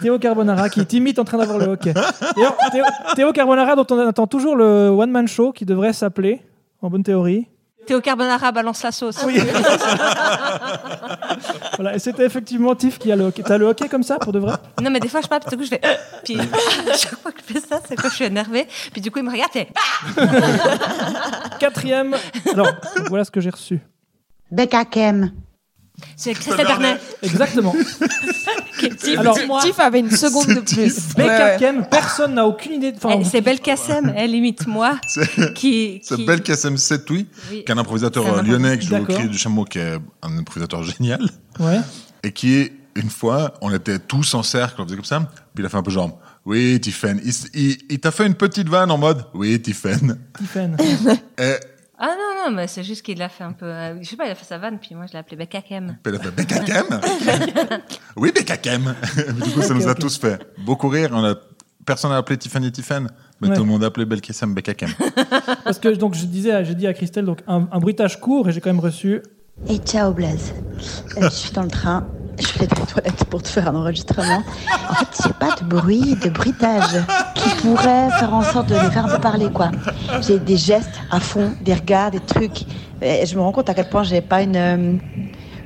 Théo Carbonara qui t'imite en train d'avoir le hockey. D'ailleurs, Théo, Théo Carbonara dont on attend toujours le one-man show qui devrait s'appeler, en bonne théorie.
Théo Carbonara balance la sauce.
Ah
Voilà, et c'était effectivement Tiff qui a le hockey. T'as le hockey comme ça pour de vrai
Non, mais des fois, je parle, parce que je fais. euh, Puis, chaque fois que je fais ça, c'est quand je suis énervée. Puis, du coup, il ah, me regarde et.
Quatrième. Alors, voilà ce que j'ai reçu.
Becca Kem.
C'est Christelle Bernet.
Exactement.
Tiff,
Alors,
dis-moi.
Tiff avait une seconde de plus.
Becca
Ouais, ouais.
Kem, personne n'a aucune idée de. enfin,
Eh, C'est Belkacem, elle imite moi.
C'est
Qui.
Oh, c'est
qui-
bel Kassem Setoui,
Oui.
qui est un improvisateur
C'est un
euh, lyonnais que je vous
D'accord.
crie du chameau, qui est un improvisateur génial.
ouais.
et qui est une fois, on était tous en cercle, on faisait comme ça, puis il a fait un peu genre, oui, Tiffen, il, s- il, il t'a fait une petite vanne en mode, oui, Tiffen.
Tiffen.
Et
Ah non, non, mais c'est juste qu'il l'a fait un peu. euh, je sais pas, il a fait sa vanne, puis moi, je l'ai appelé Belkacem.
puis il a fait, Bekakem? oui, Bekakem. Et puis du coup, ça
Ok,
nous a
ok.
tous fait beaucoup rire, on a, personne n'a appelé Tiffen et Tiffen, mais
Ouais.
tout le monde a appelé Belkacem Bekakem.
Parce que donc je disais, à- j'ai dit à Christelle donc un, un bruitage court et j'ai quand même reçu.
Et ciao Blaise. Euh, je suis dans le train. Je vais être aux toilettes pour te faire un enregistrement. En fait, j'ai pas de bruit, de bruitage qui pourrait faire en sorte de les faire un peu parler, quoi. J'ai des gestes Ah, à fond, des regards, des trucs. Et je me rends compte à quel point j'ai pas une, euh,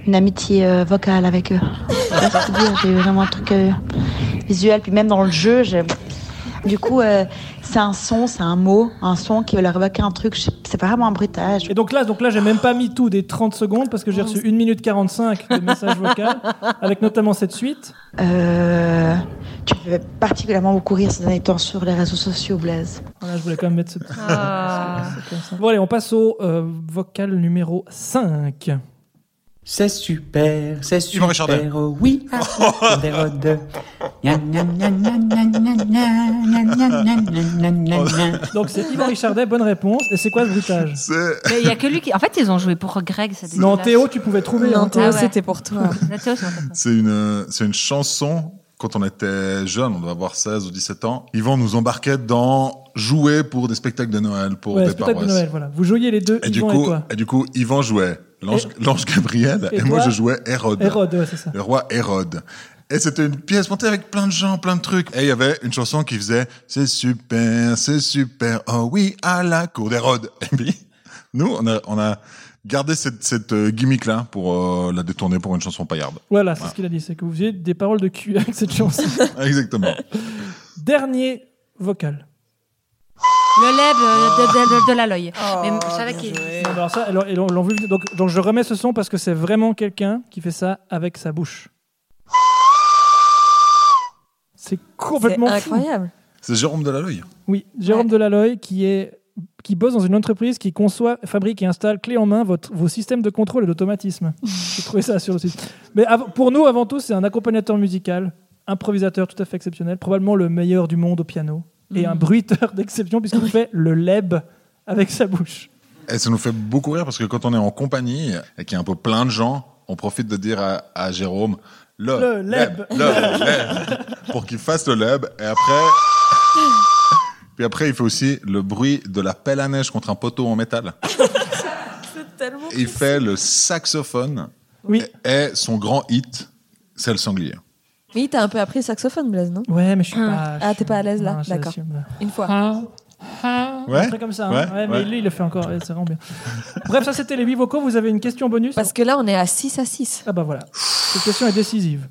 une amitié euh, vocale avec eux. Je sais pas ce que dire, j'ai vraiment un truc euh, visuel. Puis même dans le jeu, j'ai- Du coup, euh, c'est un son, c'est un mot, un son qui va leur évoquer un truc. Je sais- C'est pas vraiment un bruitage.
Et donc là, donc là, j'ai même pas mis tout des 30 secondes parce que j'ai reçu 1 minute 45 de messages vocaux avec notamment cette suite.
Euh, tu fais particulièrement beaucoup rire ces derniers temps sur les réseaux sociaux, Blaise.
Voilà, je voulais quand même mettre cette.
Ah.
comme ça. Bon allez, on passe au euh, vocal numéro 5.
C'est super, c'est
Yvan Richardel.
super, oh oui, ah, des rodes. Gna, gna, gna, gna, gna, gna, gna, gna, gna, gna, gna, gna.
Donc c'est Yvan Richardet, bonne réponse. Et c'est quoi ce bruitage
C'est,
Mais il y a que lui qui. En fait, ils ont joué pour Greg, c'est
Non,
dégueulasse.
Théo, tu pouvais trouver.
Non,
hein.
Théo,
Ah ouais.
c'était pour toi.
Non, Théo, c'est mon copain.
c'est une, c'est une chanson, quand on était jeune, on doit avoir 16 ou 17 ans, Yvan nous embarquait dans jouer pour des spectacles de Noël, pour
Ouais,
des
spectacle de
paroisses.
Noël, voilà. Vous jouiez les deux,
Et du,
Yvan et
coup,
toi.
et, du coup, Yvan jouait l'ange l'ange Gabriel
et
et, moi
toi
je jouais Hérode,
Hérode, ouais, c'est ça.
le roi Hérode. Et c'était une pièce montée avec plein de gens, plein de trucs. Et il y avait une chanson qui faisait C'est super, c'est super, oh oui, à la cour d'Hérode. Et puis, nous, on a, on a gardé cette, cette euh, gimmick-là pour euh, la détourner pour une chanson paillarde.
Voilà, c'est
Voilà.
ce qu'il a dit, c'est que vous faisiez des paroles de cul avec cette chanson.
Exactement.
Dernier vocal.
Le lait de, de, de, de la l'œil.
Oh,
Mais je savais qu'il.
Non, mais alors ça, alors, et l'on- l'on veut- donc, donc je remets ce son parce que c'est vraiment quelqu'un qui fait ça avec sa bouche. C'est
C'est
complètement fou.
incroyable.
C'est Jérôme Delaloye.
Oui, Jérôme Delaloy qui est qui bosse dans une entreprise qui conçoit, fabrique et installe clé en main votre, vos systèmes de contrôle et d'automatisme. J'ai trouvé ça sur le site. Mais av- pour nous, avant tout, c'est un accompagnateur musical, improvisateur tout à fait exceptionnel, probablement le meilleur du monde au piano, et
Mm.
un bruiteur d'exception puisqu'il fait le leb avec sa bouche.
Et ça nous fait beaucoup rire parce que quand on est en compagnie et qu'il y a un peu plein de gens, on profite de dire à, à Jérôme
Le
le,
leb.
le leb, pour qu'il fasse le leb. Et après, puis après, il fait aussi le bruit de la pelle à neige contre un poteau en métal. Et il fait le saxophone
Oui.
et son grand hit, c'est le sanglier.
Oui, t'as un peu appris le saxophone, Blaise, non
Ouais, mais je suis pas.
Ah, t'es pas à l'aise là
Non, je
D'accord.
l'assume, là.
Une fois.
Ouais.
Un truc comme ça. hein.
Ouais,
Ouais, mais
ouais.
lui, il le fait encore. Ouais, c'est vraiment bien. Bref, ça, c'était les 8 vocaux. Vous avez une question bonus
Parce que là, on est à 6 à 6.
Ah bah voilà. Cette question est décisive.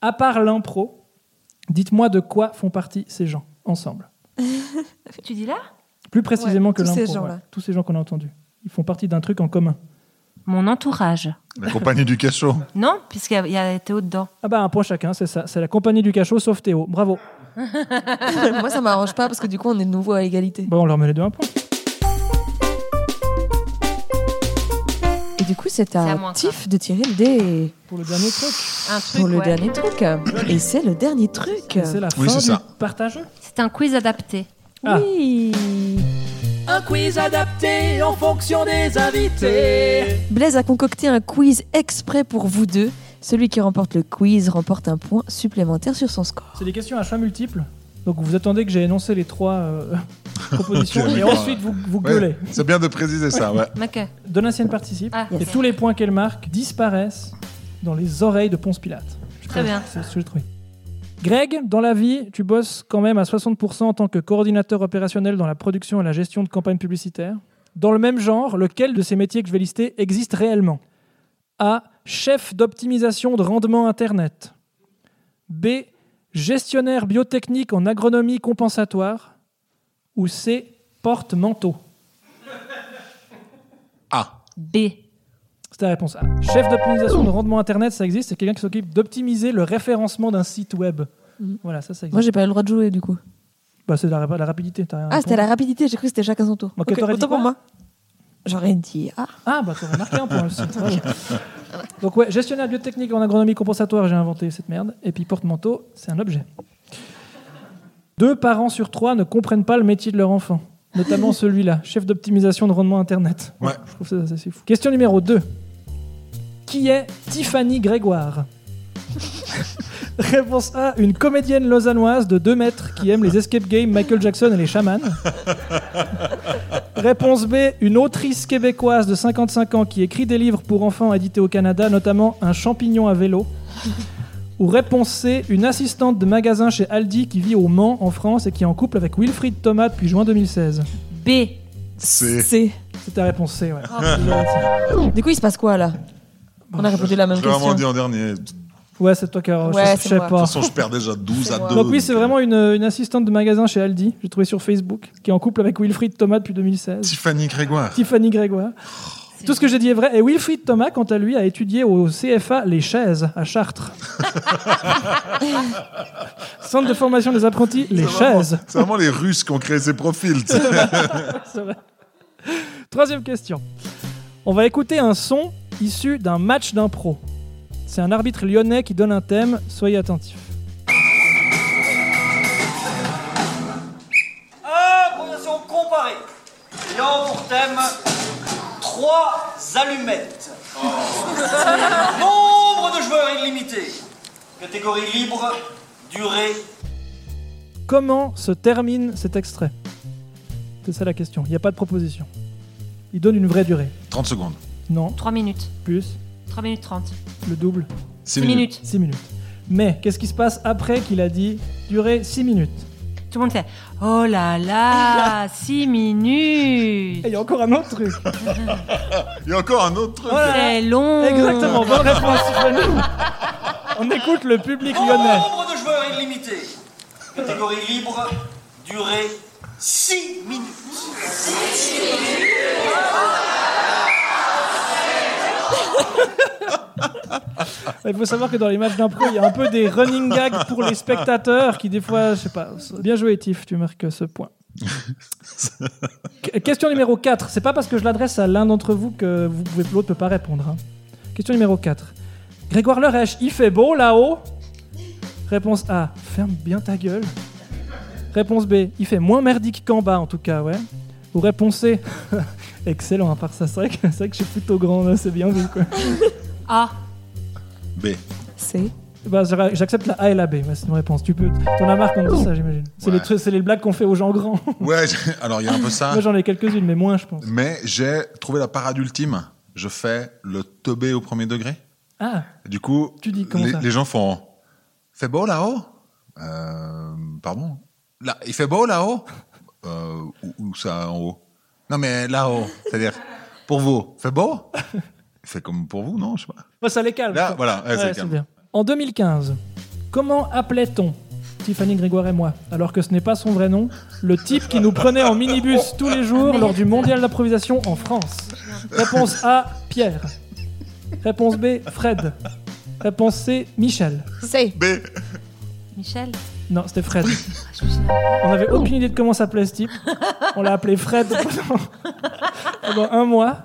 À part l'impro, dites-moi de quoi font partie ces gens ensemble.
Tu dis là
Plus précisément que
tous ces
l'impro.
gens-là.
Tous ces gens qu'on a entendus. Ils font partie d'un truc en commun.
Mon entourage.
La compagnie du cachot.
Non, puisqu'il y a- il y a Théo dedans.
Ah bah un point chacun, c'est ça. C'est la compagnie du cachot sauf Théo. Bravo.
Moi, ça m'arrange pas parce que du coup, on est de nouveau à égalité.
Bon, on leur met les deux un point.
Et du coup, c'est
C'est à
à
moi, ça.
Tiff de tirer le dé
Pour le dernier truc.
Un truc,
pour le
ouais.
dernier truc. Et c'est le dernier truc.
Et C'est la
Oui,
fin
c'est
du
ça.
partage.
C'est un quiz adapté.
Ah.
Oui.
Un quiz adapté en fonction des invités.
Blaise a concocté un quiz exprès pour vous deux. Celui qui remporte le quiz remporte un point supplémentaire sur son score.
C'est des questions à choix multiples. Donc vous attendez que j'ai énoncé les trois euh, propositions
Ok,
et
d'accord.
ensuite vous, vous
Ouais,
gueulez.
c'est bien de préciser ça, ouais.
Ok.
Donatienne participe
euh, Ah,
et tous les points qu'elle marque disparaissent dans les oreilles de Ponce Pilate. Je
Très
trouve-
bien.
C'est ce que j'ai trouvé. Greg, dans la vie, tu bosses quand même à 60% en tant que coordinateur opérationnel dans la production et la gestion de campagnes publicitaires. Dans le même genre, lequel de ces métiers que je vais lister existe réellement A. Chef d'optimisation de rendement Internet. B. Gestionnaire biotechnique en agronomie compensatoire. Ou C. Porte-manteau.
Ah,
B.
C'est la réponse A. Chef d'optimisation de rendement Internet, ça existe. C'est quelqu'un qui s'occupe d'optimiser le référencement d'un site web.
Mhm.
Voilà, ça, ça
Moi,
existe.
j'ai pas eu le droit de jouer du coup.
Bah, c'est la, la rapidité. t'as rien
Ah, c'était
répondu.
la rapidité, j'ai cru que c'était chacun son tour.
Ok, t'aurais dit
autant pour
quoi
moi. J'aurais dit ah.
Ah, bah, t'aurais marqué un point aussi. Bravo. Donc, ouais, gestionnaire biotechnique en agronomie compensatoire, j'ai inventé cette merde. Et puis, porte-manteau, c'est un objet. Deux parents sur trois ne comprennent pas le métier de leur enfant, notamment celui-là, chef d'optimisation de rendement Internet.
Ouais.
Je trouve ça assez fou. Question numéro 2. Qui est Tiffany Grégoire Réponse A, une comédienne lausannoise de 2 mètres qui aime les escape games Michael Jackson et les chamans. Réponse B, une autrice québécoise de 55 ans qui écrit des livres pour enfants édités au Canada, notamment Un champignon à vélo. Ou réponse C, une assistante de magasin chez Aldi qui vit au Mans en France et qui est en couple avec Wilfried Thomas depuis juin 2016.
B.
c'est.
C'est.
C'est ta réponse C, ouais.
Du coup, il se passe quoi là On a répondu la même
Je l'ai
question.
vraiment dit en dernier. De toute
Ouais, c'est toi qui as. je-
Ouais,
je
c'est
sais
moi.
pas.
façon, je perds déjà 12
C'est
à
moi.
2.
Donc, oui, c'est vraiment une, une assistante de magasin chez Aldi, j'ai trouvé sur Facebook, qui est en couple avec Wilfried Thomas depuis 2016.
Tiffany Grégoire.
Tiffany Grégoire. Tout ce que j'ai dit est vrai. Et Wilfried Thomas, quant à lui, a étudié au CFA les chaises à Chartres. Centre de formation des apprentis, les
C'est vraiment-
chaises.
C'est vraiment les Russes qui ont créé ces profils. tu sais.
C'est vrai. Troisième question. On va écouter un son issu d'un match d'impro. C'est un arbitre lyonnais qui donne un thème, soyez attentifs.
Imposition comparée. Ayant pour thème trois allumettes. Nombre de joueurs illimité. Catégorie libre, durée.
Comment se termine cet extrait C'est ça la question. Il n'y a pas de proposition. Il donne une vraie durée.
30 secondes.
Non,
3 minutes.
plus,
3 minutes 30.
le double,
6
6
minutes.
minutes.
6 minutes. Mais qu'est-ce qui se passe après qu'il a dit durée 6 minutes
Tout le monde fait Oh là là, 6 minutes.
Et il y a encore un autre truc.
Il y a encore un autre truc.
Voilà.
C'est long.
Exactement, bonne réponse. Stéphanie. On écoute le public lyonnais.
Nombre de joueurs illimité. Catégorie libre, durée 6 minutes.
Il faut savoir que dans les matchs d'impro, il y a un peu des running gags pour les spectateurs qui, des fois, je sais pas. Bien joué, Tiff, tu marques ce point. Qu- Question numéro 4. C'est pas parce que je l'adresse à l'un d'entre vous que vous pouvez, l'autre peut pas répondre. hein. Question numéro 4. Grégoire Lerèche, il fait beau là-haut Réponse A. Ferme bien ta gueule. Réponse B. Il fait moins merdique qu'en bas, en tout cas, ouais. Ou réponse C. Excellent, à part ça, c'est vrai que, c'est vrai que je suis plutôt grand, là, c'est bien vu, quoi.
Ah,
B.
C'est.
Bah, j'ac- j'accepte la A et la B, ouais, c'est une réponse. Tu peux, t'en as marre qu'on te dise ça, j'imagine. C'est les
Ouais.
trucs, c'est les blagues qu'on fait aux gens grands.
Ouais, j'ai- alors il y a un peu ça.
Moi, j'en ai quelques-unes, mais moins, je pense.
Mais j'ai trouvé la parade ultime. Je fais le teubé au premier degré.
Ah,
Du coup,
Tu dis comment
les,
ça
les gens font Fait beau là-haut Euh, Pardon là, Il fait beau là-haut euh, où, où ça en haut Non, mais là-haut. C'est-à-dire, pour vous, fait beau Il fait comme pour vous, non Je sais pas.
Bah, ça les calme.
Là,
quoi.
voilà, ouais,
Ouais,
c'est
c'est
calme.
bien. En 2015, comment appelait-on Tiffany Grégoire et moi, alors que ce n'est pas son vrai nom, le type qui nous prenait en minibus tous les jours lors du mondial d'improvisation en France. Réponse A, Pierre. Réponse B, Fred. Réponse C, Michel.
C'est.
B.
Bah,
Michel
Non, c'était Fred. On n'avait aucune idée de comment s'appelait ce type. On l'a appelé Fred pendant, pendant un mois.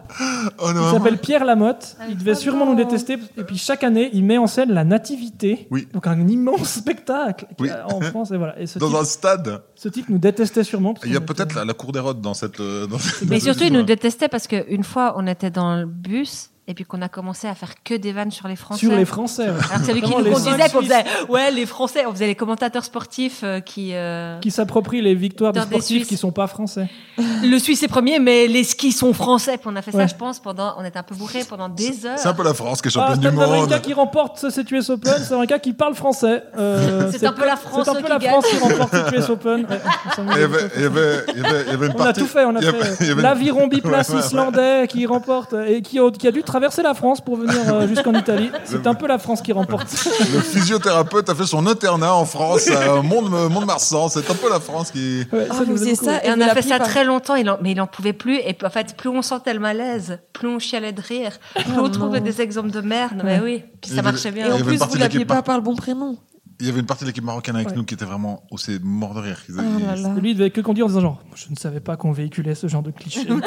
Oh
Il
non.
s'appelle Pierre Lamotte. Il devait
Ah,
sûrement
non.
nous détester. Et puis chaque année, il met en scène la nativité.
Oui.
Donc un immense spectacle euh,
Oui.
en France. Et voilà. Et ce, type,
Dans un stade.
ce type nous détestait sûrement. parce
Il y a
qu'on
peut-être
était-
la, la cour des Rhodes dans cette. euh, dans cette-
Mais
dans
surtout,
cette
il nous
histoire.
détestait parce qu'une fois, on était dans le bus et puis qu'on a commencé à faire que des vannes sur les Français.
Sur les Français. ouais.
Alors que celui qui
Vraiment,
nous
les
conduisait,
cinq
qu'on faisait, ouais, les Français, on faisait les commentateurs sportifs euh, qui. euh,
Qui s'approprient les victoires des
Dans des
sportifs
Suisses.
qui sont pas français.
Le Suisse est premier, mais les skis sont français. Puis on a fait
Ouais.
ça, je pense, pendant. On était un peu bourrés pendant des heures.
C'est un peu la France qui est
Ah,
championne du
Stan Wawrinka
monde.
qui remporte ce City US Open, c'est un gars qui parle français. Euh,
C'est un peu la France
C'est un peu
qui
la
gagne.
France qui remporte ce US Open. Ouais, on s'amuse
Il y,
avec ça.
avait, il, y avait, il y avait- il y avait une
On a
partie.
tout fait, on a
il y avait-
fait
il y
euh,
avait-
l'aviron biplace
Ouais, ouais, ouais.
islandais qui remporte euh, et qui a, qui a dû traverser la France pour venir euh, jusqu'en Italie. C'est un peu la France qui remporte.
Le physiothérapeute a fait son internat en France, euh, à Mont- Mont-de-Marsan. C'est un peu la France qui.
Ouais,
Ah,
ça nous
vous
aime
faisiez ça
Et on
vous
a fait
l'appelez
ça
par-
très longtemps, il en- mais il en pouvait plus. Et puis, en fait, plus on sentait le malaise, plus on chialait de rire, plus on trouvait des exemples de merde. Mais oui, puis
Et
ça marchait
vous-
Et
bien.
Il y
en
avait une
plus,
partie
vous
de l'équipe
l'aviez pas
par-
par le bon prénom.
Il y avait une partie de l'équipe marocaine avec
Ouais.
nous qui était vraiment. Oh, c'est mort de rire. Ils-
Oh
ils-
là là.
beaucoup. Lui, il devait que conduire en disant genre, je ne savais pas qu'on véhiculait ce genre de cliché. Le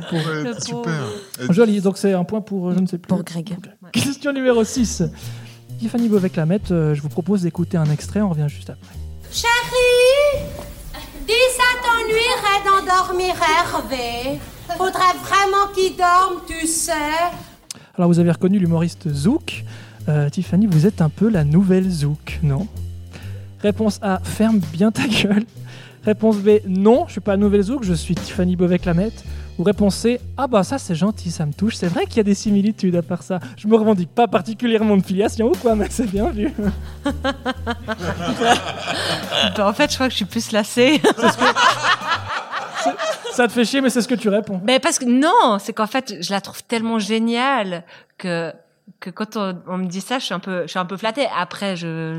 pauvre.
Ouais,
Le
super. Et-
Joli, donc c'est un point pour, euh, je ne sais plus.
Pour Greg.
Question numéro 6. Tiffany Beauvais-Clamette, euh, je vous propose d'écouter un extrait, on revient juste après.
Chérie, dis ça t'ennuierait d'endormir Hervé. Faudrait vraiment qu'il dorme, tu sais.
Alors vous avez reconnu l'humoriste Zouk. Euh, Tiffany, vous êtes un peu la nouvelle Zouk, non Réponse A, ferme bien ta gueule. Réponse B, non, je suis pas la nouvelle Zouk, je suis Tiffany Beauvais-Clamette. Ou réponse C, ah bah ça c'est gentil, ça me touche. C'est vrai qu'il y a des similitudes à part ça. Je me revendique pas particulièrement de filiation ou quoi, mais c'est bien vu.
Bah, en fait, je crois que je suis plus lassée.
Ça te fait chier, mais c'est ce que tu réponds.
mais parce que non, c'est qu'en fait, je la trouve tellement géniale que que quand on, on me dit ça, je suis un peu, je suis un peu flattée. Après, je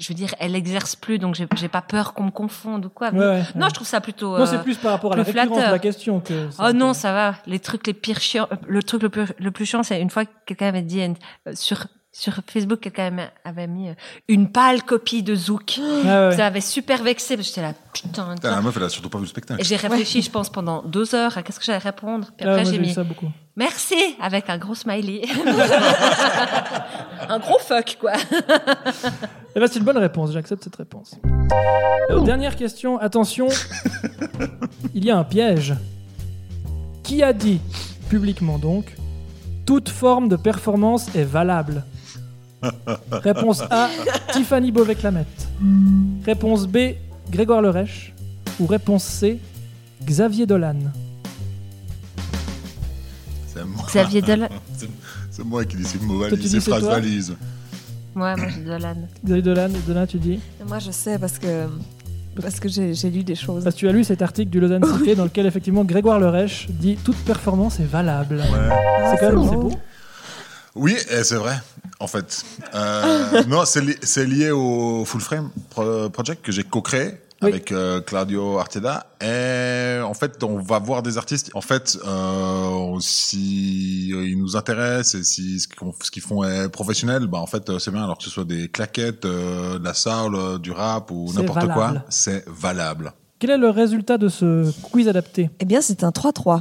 je veux dire, elle exerce plus, donc j'ai j'ai pas peur qu'on me confonde ou quoi.
Ouais, ouais,
Non,
ouais.
je trouve ça plutôt.
Non,
euh,
c'est plus par rapport à la
le
récurrence de
flatteur.
la question que. Ah
Oh non, ça va. Les trucs les pires chiants. euh, Le truc le plus, le plus chiant, c'est une fois que quelqu'un avait dit euh, sur sur Facebook, quelqu'un avait- avait mis euh, une pâle copie de Zouk.
Ah ouais.
Ça m'avait super vexé. J'étais là, putain.
Putain, la
tiens.
meuf, elle a surtout pas vu le spectacle.
Et j'ai réfléchi, je pense, pendant deux heures à qu'est-ce que j'allais répondre. Puis
Ah,
après,
moi,
j'ai
j'ai eu
mis
ça beaucoup.
merci avec un gros smiley. un gros fuck, quoi.
Eh ben, c'est une bonne réponse, j'accepte cette réponse. Euh, dernière question, attention. Il y a un piège. Qui a dit, publiquement donc, toute forme de performance est valable Réponse A, Tiffany Beauvais-Clamette. Réponse B, Grégoire Lerèche. Ou réponse C, Xavier Dolan.
C'est moi,
Xavier Dolan.
c'est moi qui dis ces mots
Toi, tu
valises,
dis
ces
c'est
phrases
toi
valises.
Ouais, moi, j'ai Dolan.
Xavier Dolan, Dolan, tu dis
Moi, je sais parce que parce que j'ai j'ai lu des choses.
Parce que tu as lu cet article du Lausanne Cité dans lequel effectivement Grégoire Lerèche dit toute performance est valable.
Ah,
C'est quand même c'est beau.
Oui, et c'est vrai, en fait. Euh, non, c'est li- c'est lié au Full Frame Pro- Project que j'ai co-créé
Oui.
avec euh, Claudio Arteda. Et en fait, on va voir des artistes. En fait, euh, si euh, ils nous intéressent et si ce qu'on- ce qu'ils font est professionnel, bah en fait, euh, c'est bien. Alors que ce soit des claquettes, euh, de la salle, euh, du rap ou
C'est
n'importe quoi,
valable.
c'est valable.
Quel est le résultat de ce quiz adapté
Eh bien, c'est un 3-3.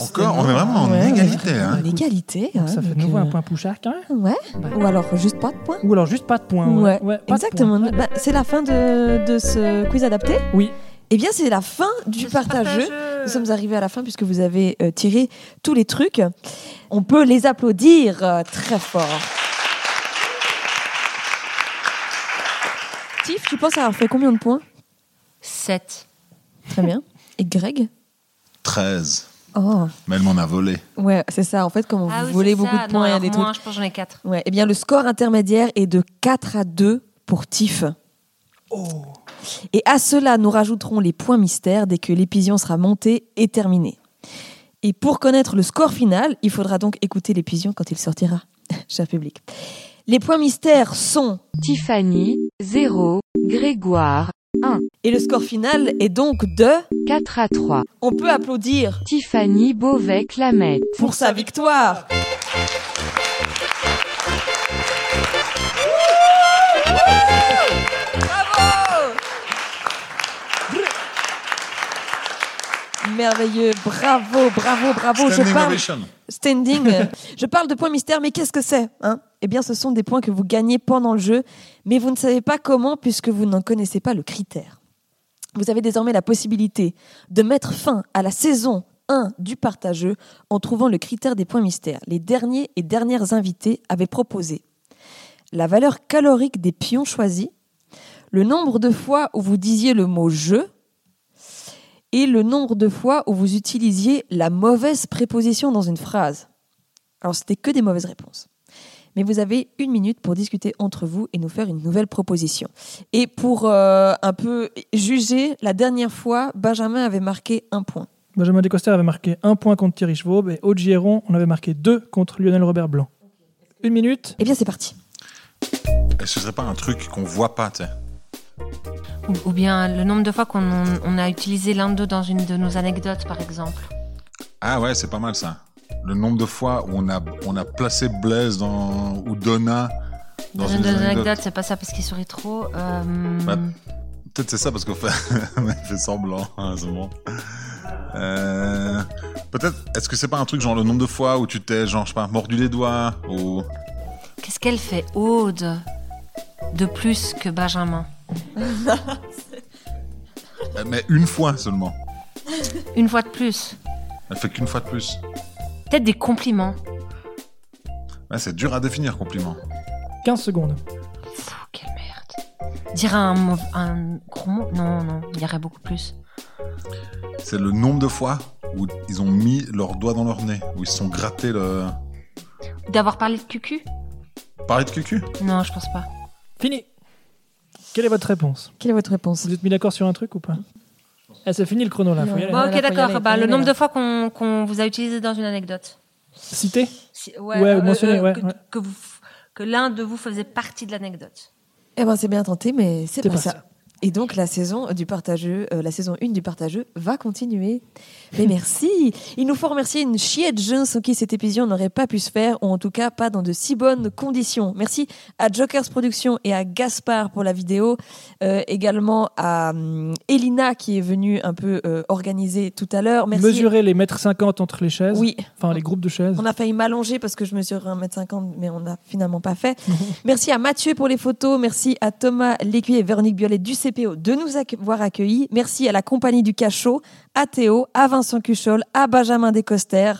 Encore, on est vraiment en
Ouais,
égalité.
ouais.
Hein.
Une égalité.
Ah, Donc
hein,
ça fait de
donc,
nouveau un
euh,
point Pouchard quand même.
Ouais. Ou alors juste pas de points.
Ou alors juste pas de point.
Ouais,
pas de
exactement.
point.
Bah, c'est la fin de, de ce quiz adapté.
Oui.
Eh bien, c'est la fin du
Je suis
partageux.
partageux.
Euh.
Nous sommes arrivés à la fin puisque vous avez euh, tiré tous les trucs. On peut les applaudir euh, très fort. Tiff, tu penses avoir fait combien de points
Sept.
Très bien. Et Greg
13.
Oh,
Mais elle m'en a volé.
ouais, c'est ça. En fait, comme vous
Ah oui,
volez
c'est
beaucoup
ça.
de points,
Non,
il y a
alors
des trucs.
moins, Je pense que j'en ai quatre.
Ouais, eh bien, le score intermédiaire est de 4 à 2 pour Tiff. Et à cela, nous rajouterons les points mystères dès que l'épision sera montée et terminée. Et pour connaître le score final, il faudra donc écouter l'épision quand il sortira, cher public. Les points mystères sont
Tiffany, 0. Grégoire,
Et le score final est donc de
4 à 3.
On peut applaudir
Tiffany Beauvais-Clamette.
pour sa victoire. Merveilleux, bravo, bravo, bravo.
Standing
je parle
ovation.
standing. euh, je parle de points mystères, mais qu'est-ce que c'est hein Eh bien, ce sont des points que vous gagnez pendant le jeu, mais vous ne savez pas comment puisque vous n'en connaissez pas le critère. Vous avez désormais la possibilité de mettre fin à la saison 1 du partageux en trouvant le critère des points mystères. Les derniers et dernières invités avaient proposé la valeur calorique des pions choisis, le nombre de fois où vous disiez le mot je et le nombre de fois où vous utilisiez la mauvaise préposition dans une phrase. Alors, c'était que des mauvaises réponses. Mais vous avez une minute pour discuter entre vous et nous faire une nouvelle proposition. Et pour euh, un peu juger, la dernière fois, Benjamin avait marqué un point.
Benjamin Descoster avait marqué un point contre Thierry Schwab et Aude Gieron, on avait marqué deux contre Lionel Robert Blanc. Une minute.
Eh bien, c'est parti.
Et ce serait pas un truc qu'on voit pas, tu sais.
Ou, ou bien le nombre de fois qu'on en- on a utilisé l'un d'eux dans une de nos anecdotes, par exemple.
Ah ouais, c'est pas mal ça. Le nombre de fois où on a, on a placé Blaise dans, ou Donna dans
une
une
de nos
anecdote.
anecdotes, c'est pas ça parce qu'il sourit trop. euh,
Bah, Peut-être c'est ça parce qu'on fait, on fait semblant hein, à ce moment. Euh, Peut-être, est-ce que c'est pas un truc genre le nombre de fois où tu t'es, genre, je sais pas, mordu les doigts ou.
Qu'est-ce qu'elle fait, Aude, de plus que Benjamin
Euh, Mais une fois seulement.
Une fois de plus.
Elle fait qu'une fois de plus.
Peut-être des compliments.
Ouais, c'est dur à définir, compliment.
15 secondes.
Dire un, mauv- un gros mot Non, non, il y aurait beaucoup plus.
C'est le nombre de fois où ils ont mis leurs doigts dans leur nez, où ils se sont grattés le.
D'avoir parlé de cucu
Parler de cucu
Non, je pense pas.
Fini. Quelle est votre réponse
Quelle est votre réponse
Vous êtes mis d'accord sur un truc ou pas Ah, c'est fini le chrono là, faut y aller.
Bon, ok, d'accord. Bah, le nombre
là.
de fois qu'on qu'on vous a utilisé dans une anecdote.
Cité
Si- euh,
Ouais, mentionné, ouais,
que,
ouais.
que vous f- que l'un de vous faisait partie de l'anecdote.
Eh ben, c'est bien tenté, mais c'est
C'est
pas,
pas
ça.
ça.
Et donc, la saison du partageux, euh, la saison 1 du partageux va continuer. Mais merci! Il nous faut remercier une chier de gens sans qui cette épisode n'aurait pas pu se faire, ou en tout cas pas dans de si bonnes conditions. Merci à Jokers Productions et à Gaspard pour la vidéo. Euh, également à hum, Elina qui est venue un peu euh, organiser tout à l'heure. Merci.
Mesurer les mètres 50 entre les chaises.
Oui.
Enfin, les groupes de chaises.
On a failli m'allonger parce que je mesure 1m50, mais on n'a finalement pas fait. Merci à Mathieu pour les photos. Merci à Thomas Lécuyer et Véronique Biollet du CPO de nous accue- avoir accueillis. Merci à la compagnie du Cachot, à Théo, à Vincent Cuchol, à Benjamin Descoster.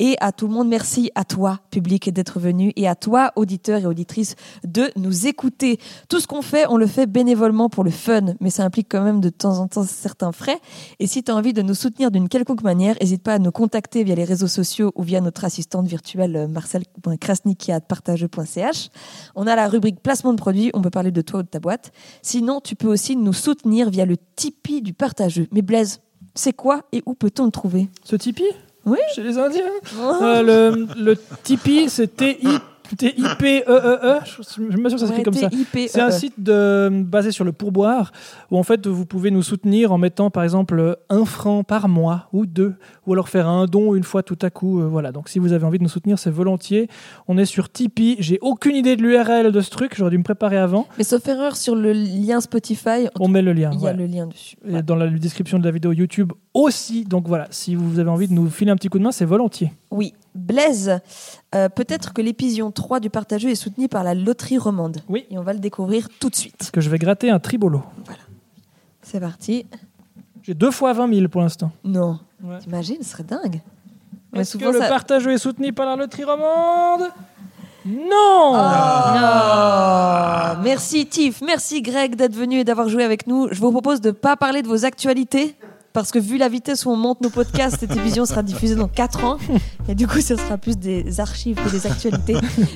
Et à tout le monde, merci à toi, public, d'être venu et à toi, auditeur et auditrice, de nous écouter. Tout ce qu'on fait, on le fait bénévolement pour le fun, mais ça implique quand même de temps en temps certains frais. Et si tu as envie de nous soutenir d'une quelconque manière, n'hésite pas à nous contacter via les réseaux sociaux ou via notre assistante virtuelle euh, marcel.krasnikiatpartageux.ch. On a la rubrique placement de produits, on peut parler de toi ou de ta boîte. Sinon, tu peux aussi nous soutenir via le Tipeee du partageux. Mais Blaise, c'est quoi et où peut-on le trouver Oh,
Ce Tipeee
Oui.
Chez les Indiens Euh, le, le Tipeee, c'est T-I- T-I-P-E-E-E. Je je me suis ça s'écrit
Ouais,
comme ça.
T-I-P-E-E.
C'est un site de, basé sur le pourboire où en fait vous pouvez nous soutenir en mettant par exemple un franc par mois ou deux ou alors faire un don une fois tout à coup. euh, voilà. Donc si vous avez envie de nous soutenir, c'est volontiers. On est sur Tipeee. J'ai aucune idée de l'URL de ce truc. J'aurais dû me préparer avant.
Mais sauf erreur sur le lien Spotify,
On met le lien.
il y a
voilà.
le lien dessus.
Et dans la description de la vidéo YouTube aussi. Donc voilà, si vous avez envie de nous filer un petit coup de main, c'est volontiers.
Oui, Blaise, euh, peut-être que l'épisode 3 du partageux est soutenu par la loterie romande.
Oui.
Et on va le découvrir tout de suite.
Que je vais gratter un tribolo.
C'est parti.
J'ai deux fois 20 000 pour l'instant.
Non.
Ouais.
T'imagines, ce serait dingue. Mais
Est-ce que
souvent,
le
ça-
partageux est soutenu par la loterie romande Non Ah.
Oh. Merci Tiff, merci Greg d'être venu et d'avoir joué avec nous. Je vous propose de ne pas parler de vos actualités. Parce que vu la vitesse où on monte nos podcasts, cette émission sera diffusée dans 4 ans. Et du coup, ce sera plus des archives que des actualités.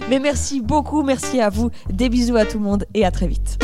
Mais merci beaucoup, merci à vous. Des bisous à tout le monde et à très vite.